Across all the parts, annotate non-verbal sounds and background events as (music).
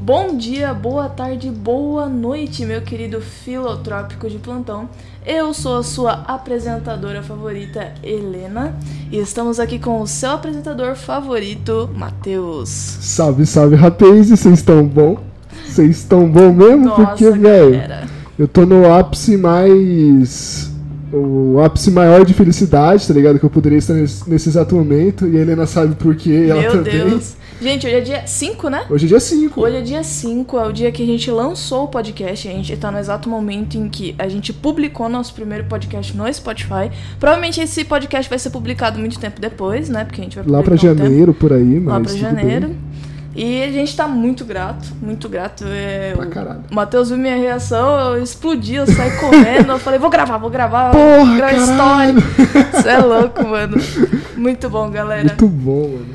Bom dia, boa tarde, boa noite, meu querido filotrópico de plantão. Eu sou a sua apresentadora favorita, Helena, e estamos aqui com o seu apresentador favorito, Matheus. Salve, salve, rapaz, vocês estão bom? Vocês estão bom mesmo? Porque, velho, galera. eu tô no ápice mais. O ápice maior de felicidade, tá ligado? Que eu poderia estar nesse, nesse exato momento. E a Helena sabe por quê, ela tá Meu também. Deus. Gente, hoje é dia 5, né? Hoje é dia 5. Hoje é dia 5, é o dia que a gente lançou o podcast. A gente tá no exato momento em que a gente publicou nosso primeiro podcast no Spotify. Provavelmente esse podcast vai ser publicado muito tempo depois, né? Porque a gente vai Lá pra publicar um tempo. janeiro, por aí, mas. lá pra tudo janeiro. Bem. E a gente tá muito grato, muito grato. É, Pra o- caralho. o Matheus viu minha reação, eu explodi, eu saí correndo, eu falei, vou gravar, vou gravar, Porra, vou gravar caralho. história. Você é louco, mano. (laughs) Muito bom, galera. Muito bom, mano.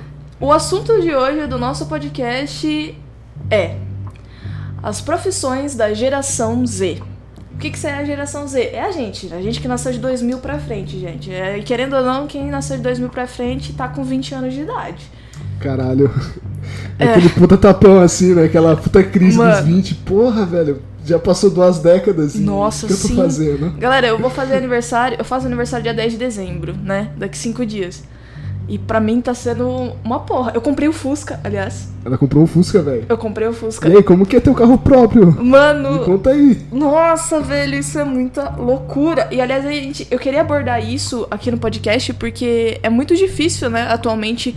O assunto de hoje do nosso podcast é as profissões da geração Z. O que, que será a geração Z? É a gente, a gente que nasceu de 2000 pra frente, gente. É, e querendo ou não, quem nasceu de 2000 pra frente tá com 20 anos de idade. Caralho. Aquele puta tapão assim, né? Aquela puta crise É. Mano. dos 20. Porra, velho. Já passou duas décadas. e Nossa, O que eu tô sim. fazendo? Galera, eu vou fazer aniversário. Eu faço aniversário dia 10 de dezembro, né? Daqui cinco dias. E pra mim tá sendo uma porra. Eu comprei o Fusca, aliás. Ela comprou um Fusca, velho. Eu comprei o E Fusca. aí, como que é teu carro próprio? Me Mano, conta aí. nossa, velho, isso é muita loucura. E aliás, a gente, eu queria abordar isso aqui no podcast porque é muito difícil, né, atualmente,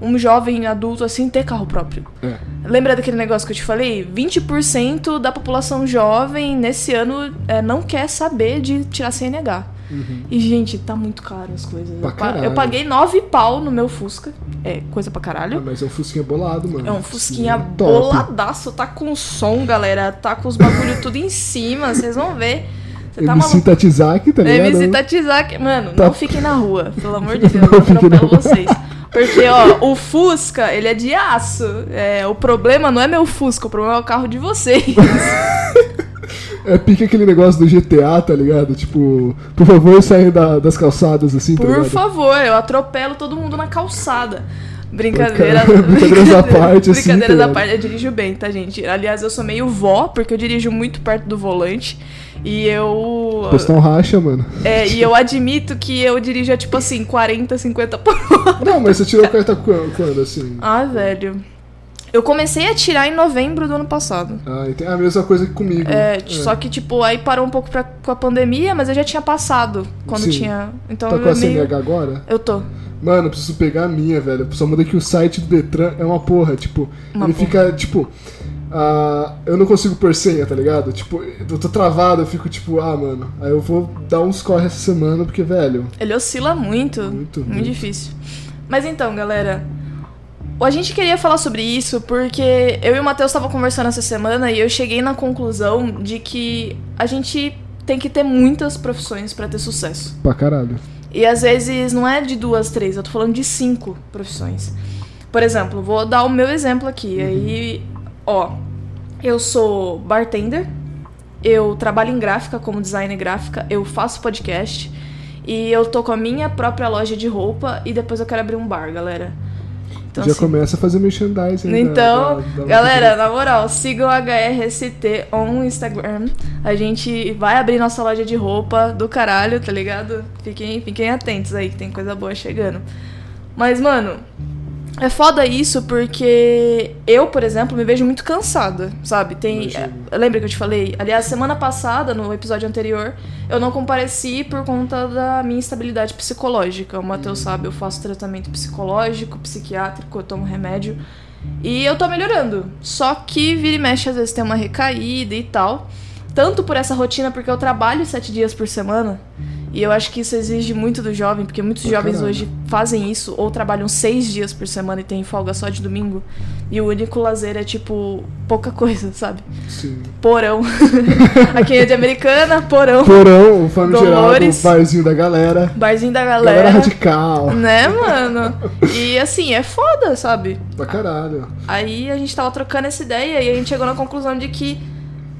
um jovem adulto assim ter carro próprio. É. Lembra daquele negócio que eu te falei? 20% da população jovem nesse ano é, não quer saber de tirar CNH. E, gente, tá muito caro as coisas. Uhum. Pra Eu pa- eu caralho. paguei 9 pau no meu Fusca. É, coisa pra Ah, caralho. mas é um fusquinha bolado, mano. É um fusquinha Sim, top. boladaço, tá com som, galera. Tá com os bagulho tudo em cima, vocês vão ver. Você tá MC maluco. Tatizaki, tá ligado? MC Tatizaki. Mano, Tá. não fiquem na rua, pelo amor de Deus, (laughs) Não eu fiquem na atropelo rua. vocês. Porque, ó, o Fusca, ele é de aço. É, o problema não é meu Fusca, o problema é o carro de vocês. (laughs) É pica aquele negócio do GTA, tá ligado? Tipo, por favor, saiam da- das calçadas, assim, tá Por ligado? favor, eu atropelo todo mundo na calçada. Brincadeira. Cara, (laughs) brincadeiras à parte, assim, Brincadeira da cara. parte, eu dirijo bem, tá, gente? Aliás, eu sou meio vó, porque eu dirijo muito perto do volante. E eu. Postar um racha, mano. É, e eu admito que eu dirijo, tipo assim, 40, 50 por hora. Não, mas você tirou a carta quan- quando, assim? Ah, velho. Eu comecei a tirar em novembro do ano passado. Ah, e tem a mesma coisa que comigo. É, só que, tipo, aí parou um pouco pra, com a pandemia, mas eu já tinha passado quando Sim. tinha. Então Tá eu com a meio- CNH agora? Eu tô. Mano, eu preciso pegar a minha, velho. Só muda que o site do Detran é uma porra. Tipo, Uma ele porra. fica, tipo. ah, eu não consigo por senha, tá ligado? Tipo, eu tô travado, eu fico tipo, ah, mano. Aí eu vou dar uns corre essa semana, porque, velho. Ele oscila muito. Muito Muito, muito. difícil. Mas então, galera. A gente queria falar sobre isso porque eu e o Matheus estavam conversando essa semana e eu cheguei na conclusão de que a gente tem que ter muitas profissões pra ter sucesso. Pra caralho. E às vezes não é de duas, três, eu tô falando de cinco profissões. Por exemplo, vou dar o meu exemplo aqui. Aí, ó, eu sou bartender, eu trabalho em gráfica como designer gráfica, eu faço podcast e eu tô com a minha própria loja de roupa e depois eu quero abrir um bar, galera. Então, Já assim, começa a fazer merchandising. da- então, da- da- galera, na moral, sigam o HRST on Instagram. A gente vai abrir nossa loja de roupa do caralho, tá ligado? Fiquem, fiquem atentos aí, que tem coisa boa chegando. Mas, mano, é foda isso porque eu, por exemplo, me vejo muito cansada, sabe? Tem, Imagino. eh, lembra que eu te falei? Aliás, semana passada, no episódio anterior, eu não compareci por conta da minha instabilidade psicológica. O Matheus sabe, eu faço tratamento psicológico, psiquiátrico, eu tomo remédio. E eu tô melhorando. Só que vira e mexe, às vezes tem uma recaída e tal. Tanto por essa rotina, porque eu trabalho sete dias por semana. E eu acho que isso exige muito do jovem, porque muitos Pra jovens caralho. hoje fazem isso, ou trabalham seis dias por semana e tem folga só de domingo. E o único lazer é, tipo, pouca coisa, sabe? Sim. Porão. (laughs) Aqui é de americana, porão. Porão, o famigerado, o Dolores. barzinho da galera. Barzinho da Galera galera. radical. Né, mano? E assim, é foda, sabe? Pra caralho. Aí a gente tava trocando essa ideia e a gente chegou na conclusão de que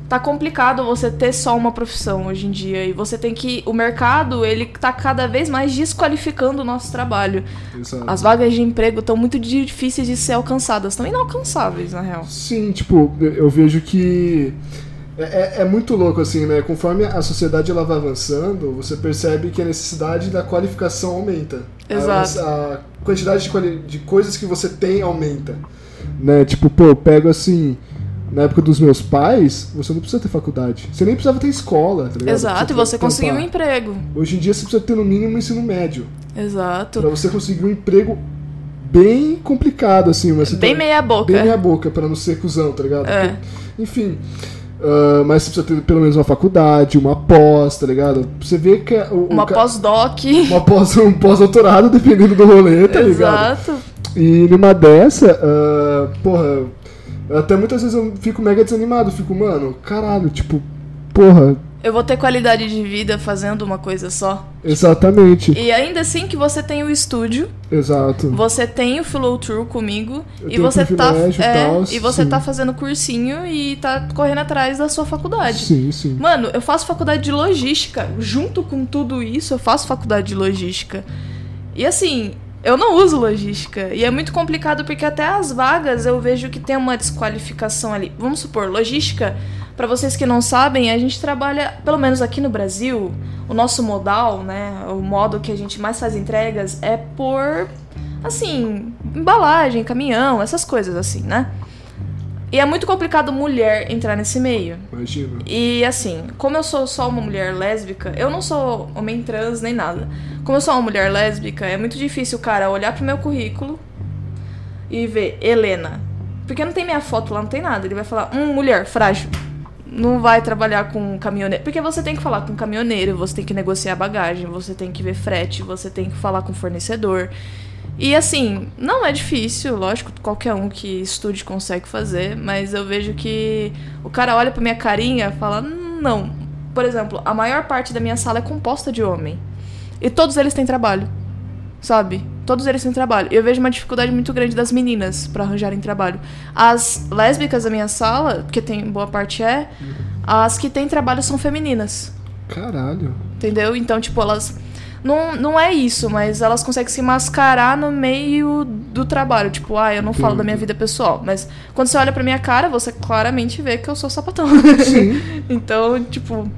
tá complicado você ter só uma profissão hoje em dia e você tem que o mercado ele tá cada vez mais desqualificando o nosso trabalho. Exato. As vagas de emprego estão muito difíceis de ser alcançadas, estão inalcançáveis na real. Sim, tipo, eu- eu vejo que é, é- é muito louco, assim, né? Conforme a sociedade ela vai avançando, você percebe que a necessidade da qualificação aumenta. A- Exato. A, quantidade de, quali- de coisas que você tem aumenta. Né? Tipo, pô, eu pego assim. Na época dos meus pais, você não precisa ter faculdade. Você nem precisava ter escola, tá ligado? Exato, e Precisa você trampar. conseguiu um emprego. Hoje em dia você precisa ter no mínimo um ensino médio. Exato. Pra você conseguir um emprego bem complicado, assim. Mas você Bem tá- meia boca. Bem meia boca, pra não ser cuzão, tá ligado? É. Porque, enfim. ah, mas você precisa ter pelo menos uma faculdade, uma pós, tá ligado? Você vê que é o, o Uma ca- pós-doc. uma pós, um pós-doutorado, dependendo do rolê, tá ligado? (laughs) Exato. E numa dessa, ah, porra, até muitas vezes eu fico mega desanimado, fico, mano, caralho, tipo, porra, Eu vou ter qualidade de vida fazendo uma coisa só. exatamente, E ainda assim que você tem o estúdio, exato. você tem o Flow Tour comigo Eu e tenho você tá privilégio e é, tal, e você sim. tá fazendo cursinho e tá correndo atrás da sua faculdade. Sim, sim. Mano, eu faço faculdade de logística. Junto com tudo isso, eu faço faculdade de logística. E assim, eu não uso logística. E é muito complicado porque até as vagas eu vejo que tem uma desqualificação ali. Vamos supor, logística, pra vocês que não sabem, a gente trabalha, pelo menos aqui no Brasil, o nosso modal, né? O modo que a gente mais faz entregas é por, assim, embalagem, caminhão, essas coisas assim, né? E é muito complicado mulher entrar nesse meio. Imagina. E assim, como eu sou só uma mulher lésbica, eu não sou homem trans nem nada. Como eu sou uma mulher lésbica, é muito difícil o cara olhar pro meu currículo e ver Helena. Porque não tem minha foto lá, não tem nada. Ele vai falar, hum, mulher, frágil. Não vai trabalhar com caminhoneiro. Porque você tem que falar com caminhoneiro, você tem que negociar bagagem, você tem que ver frete, você tem que falar com fornecedor. E assim, não é difícil, lógico, qualquer um que estude consegue fazer, mas eu vejo que o cara olha pra minha carinha e fala, não. Por exemplo, a maior parte da minha sala é composta de homem. E todos eles têm trabalho. Sabe? Todos eles têm trabalho. E eu vejo uma dificuldade muito grande das meninas pra arranjarem trabalho. As lésbicas da minha sala, porque tem boa parte é, as que têm trabalho são femininas. Caralho. Entendeu? Então, tipo, elas. Não, não é isso, mas elas conseguem se mascarar no meio do trabalho. Tipo, ah, eu não falo da minha vida pessoal. Mas quando você olha pra minha cara, você claramente vê que eu sou sapatão. Sim. (laughs) então, tipo,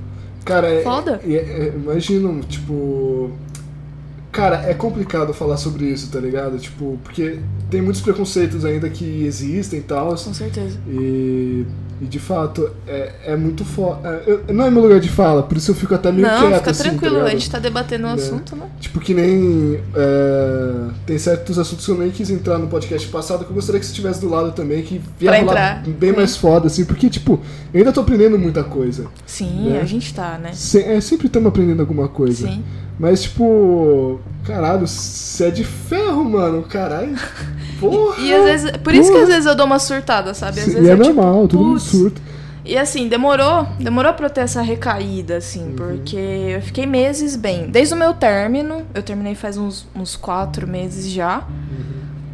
Cara, é, Foda. é- é- imagino, tipo. Cara, é complicado falar sobre isso, tá ligado? Tipo, porque tem muitos preconceitos ainda que existem e tal. com certeza. E, e de fato, é, é muito foda. não é meu lugar de fala, por isso eu fico até meio não, quieto. fica assim, tranquilo, tá a ligado? gente tá debatendo o Né? assunto, né? Tipo, que nem. é, tem certos assuntos que eu nem quis entrar no podcast passado que eu gostaria que você estivesse do lado também, que ia Pra rolar entrar. bem mais foda, assim, porque, tipo, eu ainda tô aprendendo muita coisa. Sim, Né? a gente tá, né? Se- é, sempre estamos aprendendo alguma coisa. Sim. Mas, tipo, caralho, você é de ferro, mano, (laughs) caralho. Porra! E às vezes. Por isso que às vezes eu dou uma surtada, sabe? Às Sim, vezes é eu, tipo, normal, todo mundo putz. surta. E assim, demorou, demorou pra eu ter essa recaída, assim, porque eu fiquei meses bem. Desde o meu término, eu terminei faz uns, uns quatro meses já,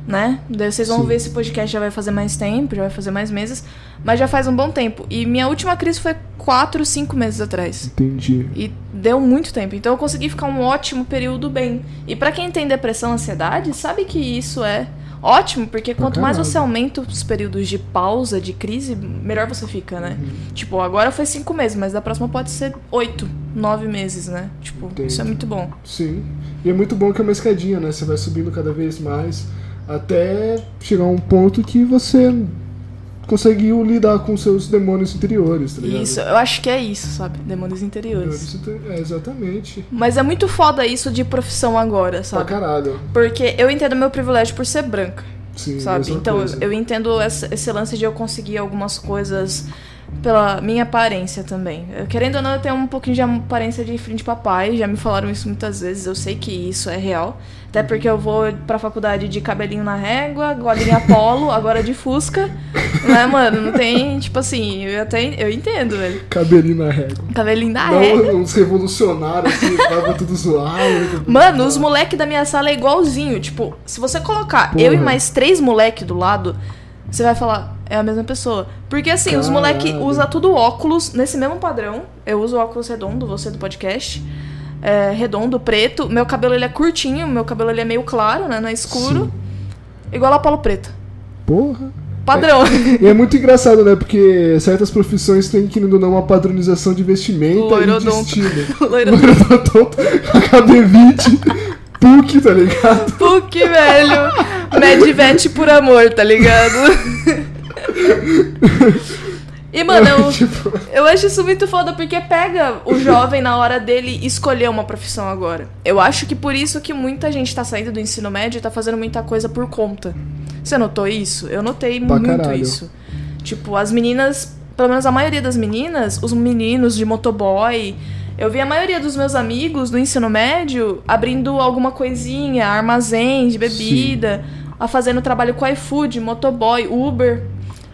né? Daí vocês vão Sim. ver esse podcast já vai fazer mais tempo, já vai fazer mais meses, mas já faz um bom tempo. E minha última crise foi quatro, cinco meses atrás. Entendi. E deu muito tempo. Então eu consegui ficar um ótimo período bem. E pra quem tem depressão, ansiedade, sabe que isso é ótimo, porque Pra quanto mais caralho. você aumenta os períodos de pausa, de crise, melhor você fica, né? Uhum. Tipo, agora foi cinco meses, mas da próxima pode ser oito, nove meses, né? Tipo, Entendi. isso é muito bom. Sim. E é muito bom que é uma escadinha, né? Você vai subindo cada vez mais até chegar a um ponto que você conseguiu lidar com seus demônios interiores, tá ligado? Isso, eu acho que é isso, sabe? Demônios interiores. Isso tem- É, exatamente. Mas é muito foda isso de profissão agora, Pra sabe? caralho. Porque eu entendo meu privilégio por ser branca, Sim, sabe? mesma Então coisa. eu entendo essa- esse lance de eu conseguir algumas coisas pela minha aparência também. Eu, Querendo ou não, eu tenho um pouquinho de aparência de filho de papai, já me falaram isso muitas vezes, eu sei que isso é real. Até Uhum. porque eu vou pra faculdade de cabelinho na régua, golinha polo, agora de fusca. Né, mano? Não tem, tipo assim, eu até eu entendo, velho. Cabelinho na régua. Cabelinho na Dá régua. uns revolucionários assim, (laughs) tava tudo zoado. é? Mano, os moleques da minha sala é igualzinho. Tipo, se você colocar Porra. eu e mais três moleques do lado, você vai falar, É a mesma pessoa. Porque assim, os Caralho. moleque usa tudo óculos nesse mesmo padrão. Eu uso óculos redondo, você do podcast. É, redondo, preto. Meu cabelo ele é curtinho, meu cabelo ele é meio claro, né? Não é escuro. Igual a Paulo Preto. Porra. Padrão. (laughs) E é muito engraçado, né? Porque certas profissões têm, querendo ou não, uma padronização de vestimenta e de Loirodonto. estilo. Loiro Loirodonto, HB20, PUC, tá ligado? Puck, velho. Medivete por amor, tá (laughs) ligado? E, mano, é (laughs) um- eu, tipo, eu acho isso muito foda porque pega o jovem na hora dele escolher uma profissão agora. Eu acho que por isso que muita gente tá saindo do ensino médio e tá fazendo muita coisa por conta. Você notou isso? Eu notei Pra muito caralho. isso. Tipo, as meninas, pelo menos a maioria das meninas, os meninos de motoboy. Eu vi a maioria dos meus amigos do ensino médio abrindo alguma coisinha, armazém de bebida, a fazendo trabalho com iFood, motoboy, Uber.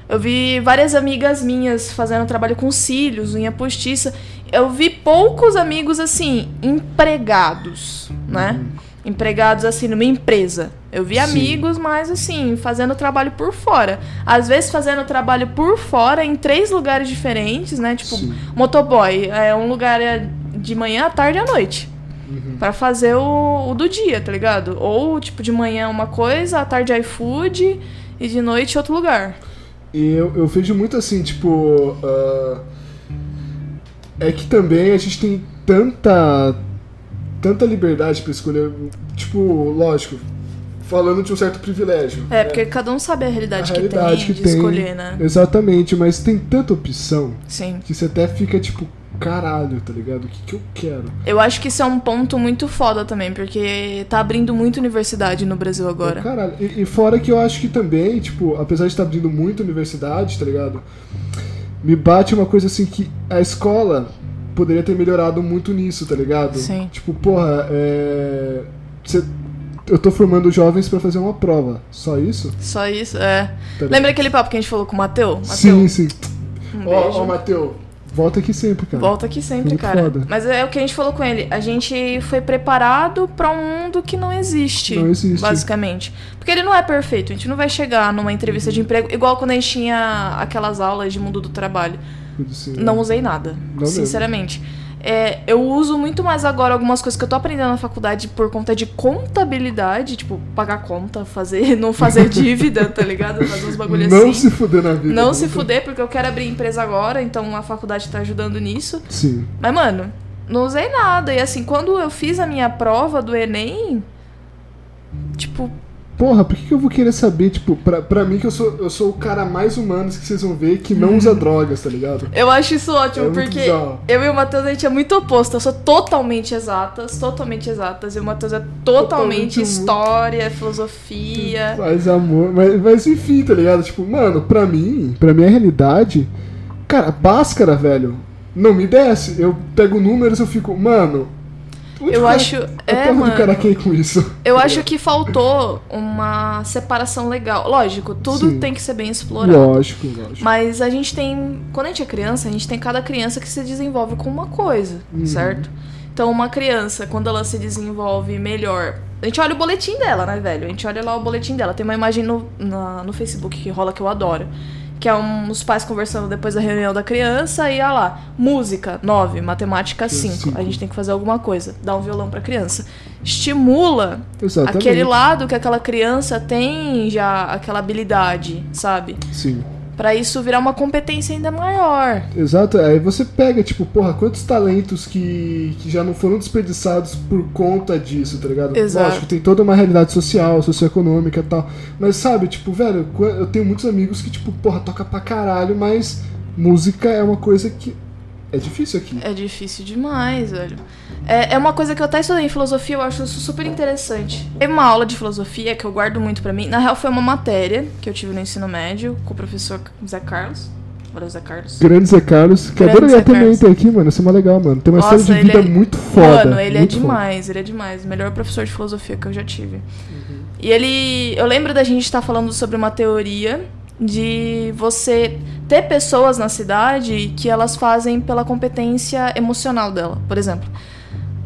Eu vi várias amigas minhas fazendo trabalho com cílios, unha postiça. Eu vi poucos amigos assim, empregados, né? Empregados assim numa empresa. Eu vi Sim. amigos, mas assim, fazendo trabalho por fora. Às vezes fazendo trabalho por fora em três lugares diferentes, né? Tipo, sim. motoboy é um lugar é de manhã, à tarde e à noite. Uhum. Pra fazer o, o do dia, tá ligado? Ou, tipo, de manhã uma coisa, à tarde iFood e de noite outro lugar. E eu, eu vejo muito assim, tipo. ah, é que também a gente tem tanta. tanta liberdade pra escolher. Tipo, lógico, falando de um certo privilégio. É, né? porque cada um sabe a realidade, A realidade que tem de que tem. É. escolher, né? Exatamente, mas tem tanta opção Sim. que você até fica tipo, caralho, tá ligado? O que, que eu quero? Eu acho que isso é um ponto muito foda também, porque tá abrindo muita universidade no Brasil agora. Caralho, e, e fora que eu acho que também, tipo, apesar de estar abrindo muita universidade, tá ligado? Me bate uma coisa assim que a escola poderia ter melhorado muito nisso, tá ligado? Sim. Tipo, porra, é. cê- Eu tô formando jovens pra fazer uma prova. Só isso? Só isso, é. Tá Lembra aquele papo que a gente falou com o Matheus? Sim, sim. Um Ó, beijo. ó, Matheus, volta aqui sempre, cara. Volta aqui sempre, Muito cara. foda. Mas é o que a gente falou com ele. A gente foi preparado pra um mundo que não existe. Não existe. Basicamente. Porque ele não é perfeito. A gente não vai chegar numa entrevista Uhum. de emprego igual quando a gente tinha aquelas aulas de mundo do trabalho. Tudo sim, Não usei nada, Uhum. mesmo. sinceramente. É, eu uso muito mais agora algumas coisas que eu tô aprendendo na faculdade por conta de contabilidade, tipo, pagar conta, fazer, (laughs) não (laughs) fazer dívida, tá ligado? Fazer uns bagulho Não assim. se fuder na vida. né? Não se puder. fuder, porque eu quero abrir empresa agora, então a faculdade tá ajudando nisso. Sim. Mas, mano, não usei nada. E assim, quando eu fiz a minha prova do Enem, tipo, Porra, por que que eu vou querer saber, tipo, pra, pra mim que eu sou, eu sou o cara mais humano que vocês vão ver que Uhum. não usa drogas, tá ligado? eu acho isso É ótimo, muito porque bizarro. eu e o Matheus, a gente é muito oposto. Eu sou totalmente exatas, totalmente exatas. E o Matheus é totalmente, Totalmente um- história, filosofia. Faz amor, mas, mas enfim, tá ligado? Tipo, mano, pra mim, pra minha realidade, cara, Bhaskara, velho, não me desce. Eu pego números eu fico, mano. onde Eu o cara- acho. Eu É, tava mano. do caraquei com isso. Eu acho que faltou uma separação legal. Lógico, tudo Sim. tem que ser bem explorado. Lógico, lógico. Mas a gente tem. Quando a gente é criança, a gente tem cada criança que se desenvolve com uma coisa, Uhum. certo? Então, uma criança, quando ela se desenvolve melhor. A gente olha o boletim dela, né, velho? A gente olha lá o boletim dela. Tem uma imagem no, na- no Facebook que rola que eu adoro. Que é um, os pais conversando depois da reunião da criança e, ah lá, música, 9, matemática, Cinco. 5. A gente tem que fazer alguma coisa. Dá um violão pra criança. Estimula Exatamente. aquele lado que aquela criança tem já aquela habilidade, sabe? Sim. Pra isso virar uma competência ainda maior. Exato, aí você pega, tipo, porra, quantos talentos que, que já não foram desperdiçados por conta disso, tá ligado? Exato. Lógico, tem toda uma realidade social, socioeconômica e tal. Mas sabe, tipo, velho, qu- eu tenho muitos amigos que, tipo, porra, toca pra caralho, mas música é uma coisa que é difícil aqui. É difícil demais, velho. É, é uma coisa que eu até estudei em filosofia, eu acho isso super interessante. Teve uma aula de filosofia que eu guardo muito pra mim. Na real, foi uma matéria que eu tive no ensino médio com o professor Zé Carlos. Valeu, Zé Carlos. Grande Zé Carlos, que Grande adoraria Zé também Carlos. ter aqui, mano. Isso é mó legal, mano. Tem uma Nossa, história de ele vida é- muito foda. Mano, ele é muito foda. demais, ele é demais. O melhor professor de filosofia que eu já tive. E ele. Eu lembro da gente estar falando sobre uma teoria de você ter pessoas na cidade que elas fazem pela competência emocional dela, por exemplo.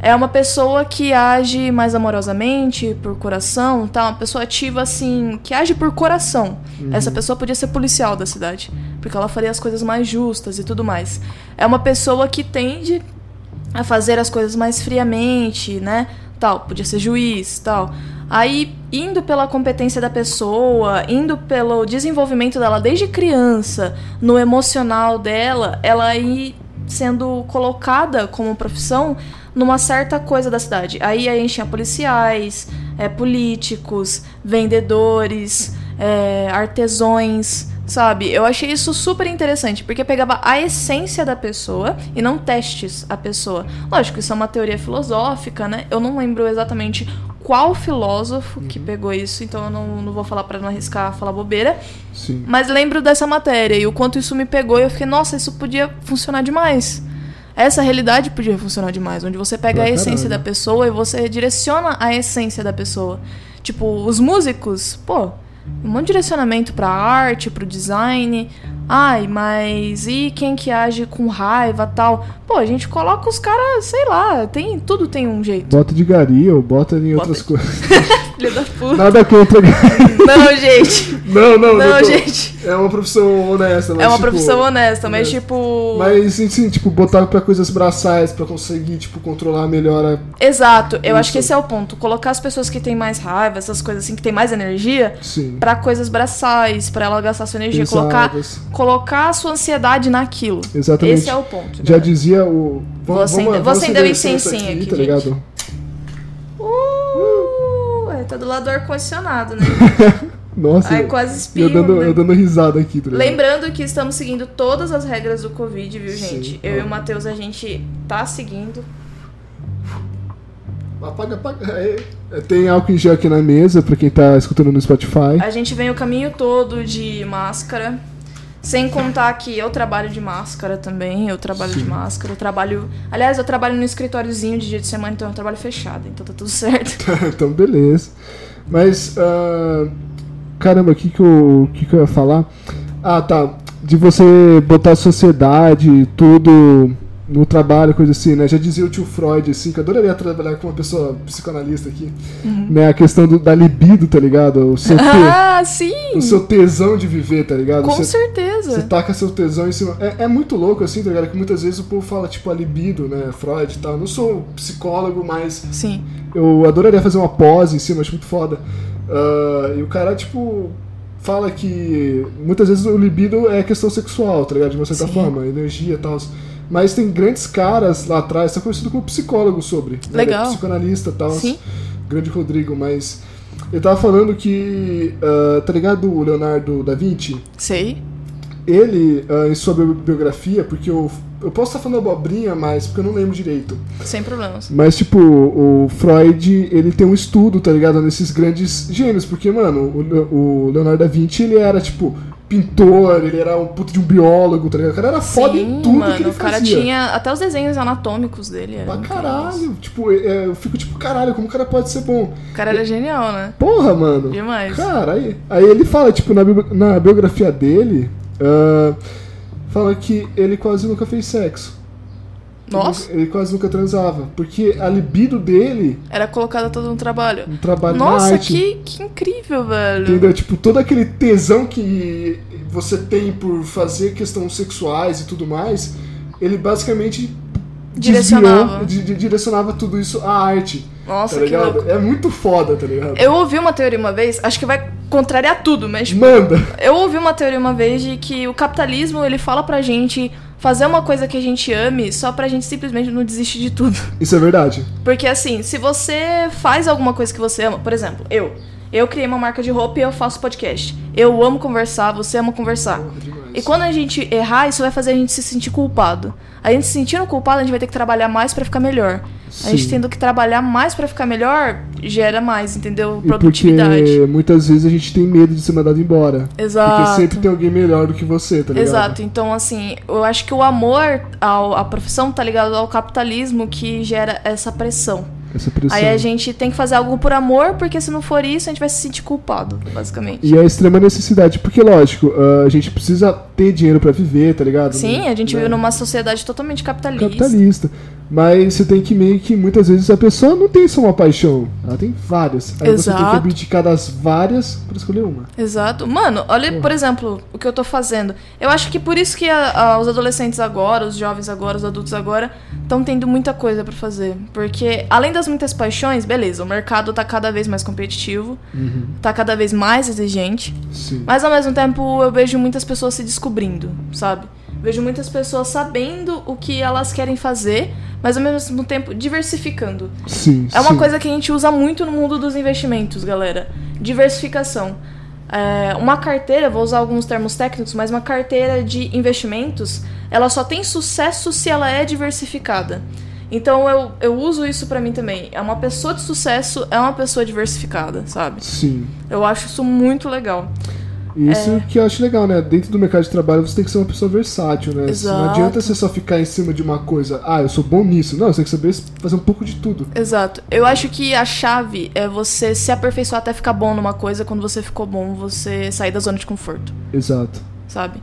É uma pessoa que age mais amorosamente, por coração, tá? Uma pessoa ativa, assim, que age por coração. Uhum. Essa pessoa podia ser policial da cidade, porque ela faria as coisas mais justas e tudo mais. É uma pessoa que tende a fazer as coisas mais friamente, né? Tal, podia ser juiz, tal. Aí, indo pela competência da pessoa, indo pelo desenvolvimento dela desde criança, no emocional dela, ela aí sendo colocada como profissão numa certa coisa da cidade. Aí aí enche a policiais, é, políticos, vendedores, é, artesões, sabe? Eu achei isso super interessante, porque pegava a essência da pessoa e não testes a pessoa. Lógico, isso é uma teoria filosófica, né? Eu não lembro exatamente qual filósofo que pegou isso, então eu não, não vou falar pra não arriscar falar bobeira. Sim. Mas lembro dessa matéria e o quanto isso me pegou e eu fiquei, nossa, isso podia funcionar demais. Essa realidade podia funcionar demais, onde você pega Pra a essência da caralho. pessoa e você direciona a essência da pessoa. Tipo, os músicos, pô, um monte de direcionamento pra arte, pro design. Ai, mas e quem que age com raiva tal? Pô, a gente coloca os caras, sei lá, tem, tudo tem um jeito. Bota de gari ou bota em outras coisas. Filha da puta. (laughs) (laughs) Nada contra gari. Não, gente. Não, não, Não, tô- gente. É uma profissão honesta. Mas, É uma tipo, profissão honesta, mas é. tipo. Mas, sim, tipo, botar pra coisas braçais, pra conseguir, tipo, controlar melhor a Exato, eu acho Isso. que esse é o ponto. Colocar as pessoas que têm mais raiva, essas coisas assim, que têm mais energia, Sim. pra coisas braçais, pra ela gastar sua energia, colocar, Pensadas. colocar a sua ansiedade naquilo. assim. Exatamente. Esse é o ponto. Já galera. dizia o. Vou acender- vou acender o incenso incensinho aqui, tá gente. ligado? Uh, é, tá do lado do ar-condicionado, né? Nossa. Aí quase espirro. eu, dando, né? eu dando risada aqui, tá ligado? Lembrando que estamos seguindo todas as regras do Covid, viu, Sim, gente? tá. Eu e o Matheus, a gente tá seguindo. Apaga, apaga. É, tem álcool em gel aqui na mesa, pra quem tá escutando no Spotify. A gente vem o caminho todo de máscara. Sem contar que eu trabalho de máscara também, eu trabalho de máscara, eu trabalho. Aliás, eu trabalho no escritóriozinho de dia de semana, então eu trabalho fechado, então tá tudo certo. (laughs) então, beleza. Mas, ah, caramba, o que que eu, que que eu ia falar? Ah, tá. De você botar a sociedade, tudo no trabalho, coisa assim, né? Já dizia o tio Freud, assim, que eu adoraria trabalhar com uma pessoa psicanalista aqui, né? A questão do- da libido, tá ligado? O seu, te- Uhum. Ah, sim! o seu tesão de viver, tá ligado? Com Você- tá- você certeza! taca seu tesão em cima. É, é muito louco, assim, tá ligado? Que muitas vezes o povo fala, tipo, a libido, né? Freud e tal. Não sou psicólogo, mas Sim. eu adoraria fazer uma pose em cima, acho muito foda. Ah, e o cara, tipo, fala que muitas vezes o libido é questão sexual, tá ligado? De uma certa Sim. forma, energia e tal. Mas tem grandes caras lá atrás, tá conhecido como psicólogo sobre. né? Ele é Legal. psicanalista e tal. Sim. Grande Rodrigo, mas. Eu tava falando que, ah, tá ligado, o Leonardo da Vinci? Sei. ele, ah, em sua bi- biografia, porque eu, eu posso estar falando abobrinha, mas porque eu não lembro direito. Sem problemas. Mas, tipo, o Freud, ele tem um estudo, tá ligado? Nesses grandes gênios, porque, mano, o, Le- o Leonardo da Vinci, ele era, tipo, pintor, ele era um puto de um biólogo, tá ligado? O cara era foda em tudo mano, que ele o cara fazia. tinha até os desenhos anatômicos dele. era Pra incrível. caralho, tipo, é, eu fico tipo, caralho, como o cara pode ser bom? O cara era genial, né? Porra, mano. Demais. Cara, aí, aí ele fala, tipo, na, bio- na biografia dele, ah, fala que ele quase nunca fez sexo. Uhum. Nossa, Ele, ele quase nunca transava. Porque a libido dele era colocado todo um trabalho. no trabalho na Nossa, arte. que, que incrível, velho. Entendeu? Tipo, todo aquele tesão que você tem por fazer questões sexuais e tudo mais, ele basicamente Direcionava. desviou, di- di- direcionava tudo isso à arte. Nossa, tá que louco. ligado? É muito foda, tá ligado? Eu ouvi uma teoria uma vez, acho que vai contrariar tudo, mas tipo, Manda! eu ouvi uma teoria uma vez de que o capitalismo ele fala pra gente fazer uma coisa que a gente ame só pra gente simplesmente não desistir de tudo. (laughs) Isso é verdade. Porque assim, se você faz alguma coisa que você ama, por exemplo, eu. Eu criei uma marca de roupa e eu faço podcast. Eu amo conversar, você ama conversar. Porra, demais. E quando a gente errar, isso vai fazer a gente se sentir culpado. A gente se sentindo culpado, a gente vai ter que trabalhar mais pra ficar melhor. A gente Sim. tendo que trabalhar mais pra ficar melhor, gera mais, entendeu? E porque Produtividade. muitas vezes a gente tem medo de ser mandado embora. Exato. Porque sempre tem alguém melhor do que você, tá ligado? Exato. Então, assim, eu acho que o amor ao- à profissão tá ligado ao capitalismo que gera essa pressão. Essa pressão. Aí a gente tem que fazer algo por amor, porque se não for isso, a gente vai se sentir culpado, basicamente. E é extrema necessidade, porque lógico, ah, a gente precisa ter dinheiro pra viver, tá ligado? Sim, a gente Né? vive numa sociedade totalmente capitalista. capitalista. Mas você tem que meio que muitas vezes a pessoa não tem só uma paixão, ela tem várias. Aí você tem que Exato. abdicar das várias pra escolher uma. Exato. Mano, olha, por exemplo, o que eu tô fazendo. Eu acho que por isso que a- a- os adolescentes agora, os jovens agora, os adultos agora, estão tendo muita coisa pra fazer. Porque, além das muitas paixões, beleza, o mercado tá cada vez mais competitivo, tá cada vez mais exigente. Sim. Mas ao mesmo tempo eu vejo muitas pessoas se descobrindo, sabe? Vejo muitas pessoas sabendo o que elas querem fazer, mas ao mesmo tempo diversificando. Sim. É uma sim. coisa que a gente usa muito no mundo dos investimentos, galera. Diversificação. É, uma carteira, vou usar alguns termos técnicos, mas uma carteira de investimentos, ela só tem sucesso se ela é diversificada. Então eu, eu uso isso pra mim também. É uma pessoa de sucesso, é uma pessoa diversificada, sabe? Sim. Eu acho isso muito legal. Isso É. que eu acho legal, né? Dentro do mercado de trabalho você tem que ser uma pessoa versátil, né? Não Exato. adianta você só ficar em cima de uma coisa. Ah, eu sou bom nisso. Não, você tem que saber fazer um pouco de tudo. Exato. Eu acho que a chave é você se aperfeiçoar até ficar bom numa coisa, quando você ficou bom, você sair da zona de conforto. Exato. sabe?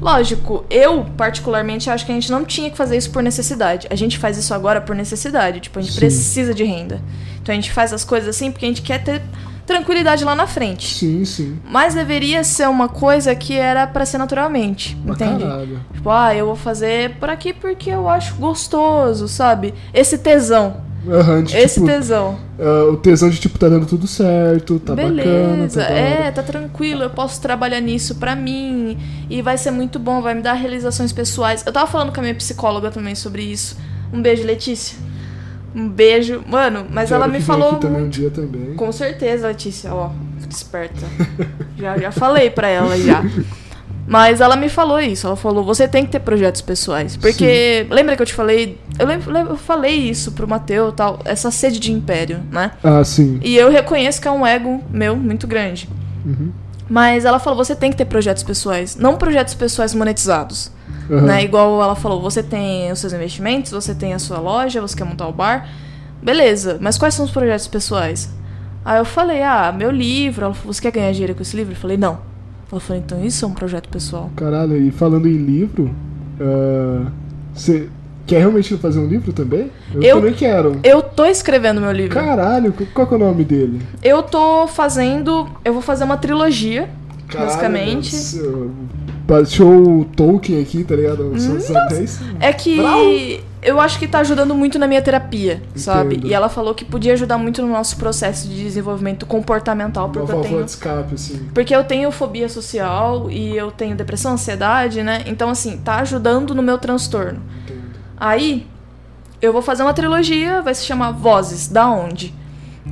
Lógico, eu particularmente acho que a gente não tinha que fazer isso por necessidade. A gente faz isso agora por necessidade, tipo, a gente Sim. precisa de renda. Então a gente faz as coisas assim porque a gente quer ter tranquilidade lá na frente. Sim, sim. Mas deveria ser uma coisa que era pra ser naturalmente, Pra entende? caralho. Tipo, ah, eu vou fazer por aqui porque eu acho gostoso, sabe? Esse tesão, Aham, de, esse tipo, tesão. ah, o tesão de tipo, tá dando tudo certo, tá bacana, Beleza, tá da hora. é, tá tranquilo, eu posso trabalhar nisso pra mim e vai ser muito bom, vai me dar realizações pessoais. Eu tava falando com a minha psicóloga também sobre isso. Um beijo, Letícia. Um beijo. Mano, mas Quero ela que me venha falou. aqui também um muito- dia também. Com certeza, Letícia, ó, desperta. já, já falei pra ela já. Mas ela me falou isso, ela falou, você tem que ter projetos pessoais. Porque, lembra que eu te falei? Eu, lembro, eu falei isso pro Matheus e tal, essa sede de império, né? Ah, sim. E eu reconheço que é um ego meu muito grande. Uhum. Mas ela falou, você tem que ter projetos pessoais, não projetos pessoais monetizados. Aham. Né? Igual ela falou, você tem os seus investimentos, você tem a sua loja, você quer montar o bar. Beleza, mas quais são os projetos pessoais? Aí eu falei, ah, meu livro. Ela falou, você quer ganhar dinheiro com esse livro? Eu falei, não. Ela falou, então isso é um projeto pessoal. Caralho, e falando em livro, ah, você quer realmente fazer um livro também? Eu, Eu- também quero. Eu tô escrevendo meu livro. Caralho, qual que é o nome dele? Eu tô fazendo. Eu vou fazer uma trilogia, basicamente. Caralho, nossa, Baixou o Tolkien aqui, tá ligado? O Senhor dos Anéis. É que Brau. eu acho que tá ajudando muito na minha terapia, sabe? Entendo. E ela falou que podia ajudar muito no nosso processo de desenvolvimento comportamental, É Uma porque eu válvula tenho. de escape, assim. Porque eu tenho fobia social e eu tenho depressão, ansiedade, né? Então, assim, tá ajudando no meu transtorno. Entendo. Aí, eu vou fazer uma trilogia, vai se chamar Vozes, da onde?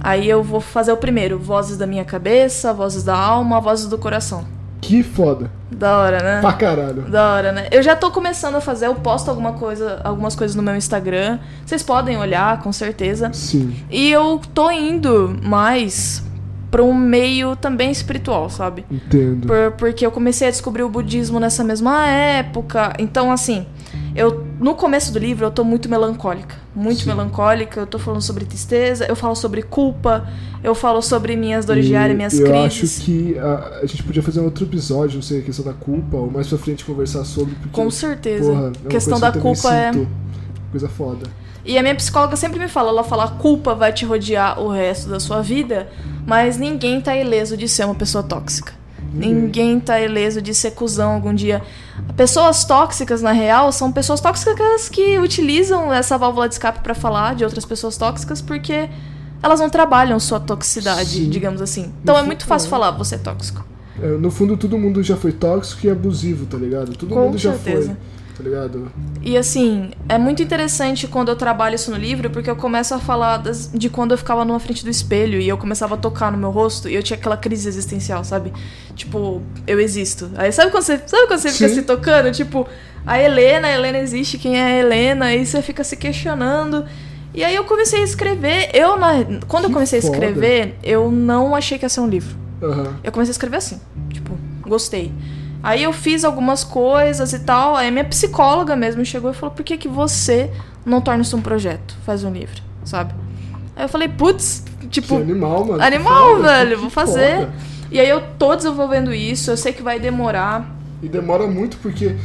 Aí eu vou fazer o primeiro, Vozes da minha cabeça, Vozes da alma, Vozes do coração. Que foda. Da hora, né? Pra caralho. Da hora, né? Eu já tô começando a fazer, eu posto alguma coisa, algumas coisas no meu Instagram. Vocês podem olhar, com certeza. Sim. E eu tô indo mais pra um meio também espiritual, sabe? Entendo. Por- porque eu comecei a descobrir o budismo nessa mesma época. Então, assim, eu no começo do livro eu tô muito melancólica. Muito Sim. melancólica. Eu tô falando sobre tristeza, eu falo sobre culpa, eu falo sobre minhas dores E diárias, minhas eu crises. acho que a, a gente podia fazer um outro episódio, não sei, a questão da culpa, ou mais pra frente conversar sobre. Porque, Com certeza. porra, é uma a questão coisa da que eu também culpa é. sinto. Coisa foda. E a minha psicóloga sempre me fala, ela fala, a culpa vai te rodear o resto da sua vida, mas ninguém tá ileso de ser uma pessoa tóxica. Ninguém. Ninguém tá ileso de ser cuzão algum dia. Pessoas tóxicas, na real, são pessoas tóxicas que utilizam essa válvula de escape pra falar de outras pessoas tóxicas porque elas não trabalham sua toxicidade, Sim. digamos assim. Então é muito fácil é. falar, você é tóxico. É, No fundo, todo mundo já foi tóxico e abusivo, tá ligado? Todo Com mundo já certeza. foi, tá ligado? E assim, é muito interessante quando eu trabalho isso no livro, porque eu começo a falar das- de quando eu ficava numa frente do espelho e eu começava a tocar no meu rosto e eu tinha aquela crise existencial, sabe? Tipo, eu existo. Aí sabe quando você, sabe quando você fica Sim. se tocando? Tipo, a Helena, a Helena existe, quem é a Helena? E você fica se questionando. E aí eu comecei a escrever. Eu, na, quando eu Que comecei foda. a escrever, eu não achei que ia ser um livro. Aham. Eu comecei a escrever assim, tipo, gostei. Aí eu fiz algumas coisas e tal, aí minha psicóloga mesmo chegou e falou: por que, que você não torna isso um projeto? Faz um livro, sabe? Aí eu falei: putz, Que tipo. animal, mano. Animal, Que velho, que vou fazer. foda. E aí eu tô desenvolvendo isso, eu sei que vai demorar. E demora muito porque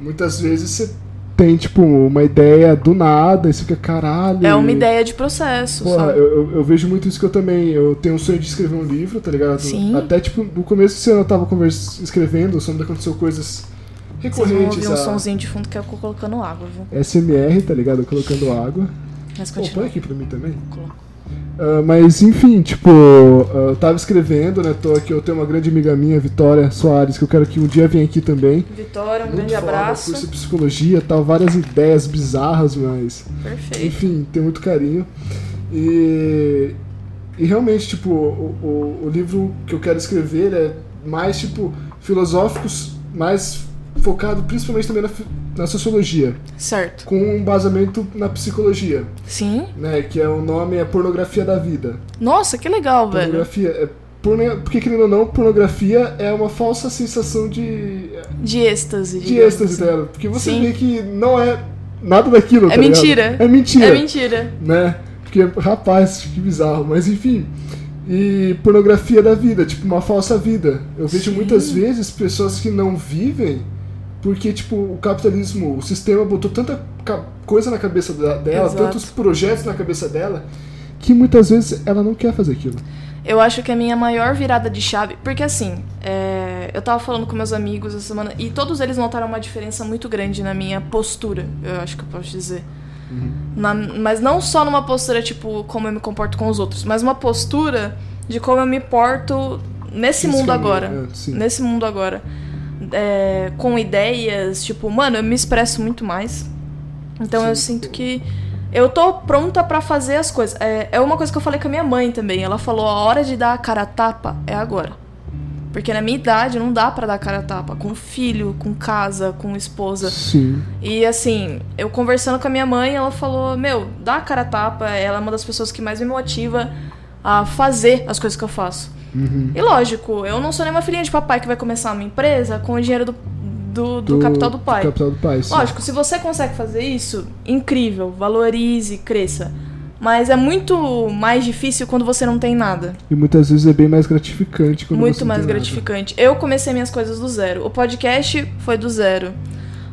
muitas vezes você tem, tipo, uma ideia do nada, e você fica, caralho. É uma ideia de processo, Porra, sabe? eu, eu- eu vejo muito isso que eu também. Eu tenho um sonho de escrever um livro, tá ligado? Sim. Até, tipo, no começo desse ano eu tava convers... escrevendo, só me aconteceu coisas Vocês vão recorrentes. ouvir um a sonzinho de fundo que eu tô colocando água, viu? SMR, tá ligado? Colocando água. Mas Pô, põe continua. aqui pra mim também. Coloco. Ah, mas enfim, tipo, ah, eu tava escrevendo, né? Tô aqui, eu tenho uma grande amiga minha, Vitória Soares, que eu quero que um dia venha aqui também. Vitória, um Muito grande foda, abraço. Curso de psicologia, tal, várias ideias bizarras, mas. Perfeito. Enfim, tem muito carinho. E. E realmente, tipo, o, o, o livro que eu quero escrever ele é mais, tipo, filosóficos, mais focado principalmente também na, fi- na sociologia, Certo. com um embasamento na psicologia, Sim. né? Que é o nome é Pornografia da Vida. Nossa, que legal, velho. Pornografia é. porne- Porque, querendo ou não, pornografia é uma falsa sensação de. De êxtase. de digamos êxtase assim. dela. Porque você Sim. vê que não é nada daquilo. É tá ligado? mentira. É mentira. É mentira. Né? Porque, rapaz, que bizarro. Mas enfim. E pornografia da vida, tipo, uma falsa vida. Eu vejo Sim. muitas vezes pessoas que não vivem porque, tipo, o capitalismo, o sistema botou tanta ca- coisa na cabeça da- dela, Exato. tantos projetos na cabeça dela, que muitas vezes ela não quer fazer aquilo. Eu acho que a minha maior virada de chave. Porque assim, é, eu tava falando com meus amigos essa semana e todos eles notaram uma diferença muito grande na minha postura, eu acho que eu posso dizer. Uhum. Na- mas não só numa postura, tipo, como eu me comporto com os outros, mas uma postura de como eu me porto nesse mundo caminho, agora. né? é, sim. nesse mundo agora. É, com ideias, tipo, mano, eu me expresso muito mais. Então eu Sim. sinto que eu tô pronta pra fazer as coisas. É, é uma coisa que eu falei com a minha mãe também. Ela falou: a hora de dar a cara a tapa é agora. Porque na minha idade não dá pra dar a cara a tapa com filho, com casa, com esposa. Sim. E assim, eu conversando com a minha mãe, ela falou: Meu, dá a cara a tapa, ela é uma das pessoas que mais me motiva a fazer as coisas que eu faço. Uhum. E lógico, eu não sou nenhuma filhinha de papai que vai começar uma empresa com o dinheiro do, do, do capital do pai. Do capital do pai, sim. Lógico, se você consegue fazer isso, incrível, valorize, cresça. Mas é muito mais difícil quando você não tem nada. E muitas vezes é bem mais gratificante quando você muito não mais tem nada. gratificante. Eu comecei minhas coisas do zero. O podcast foi do zero.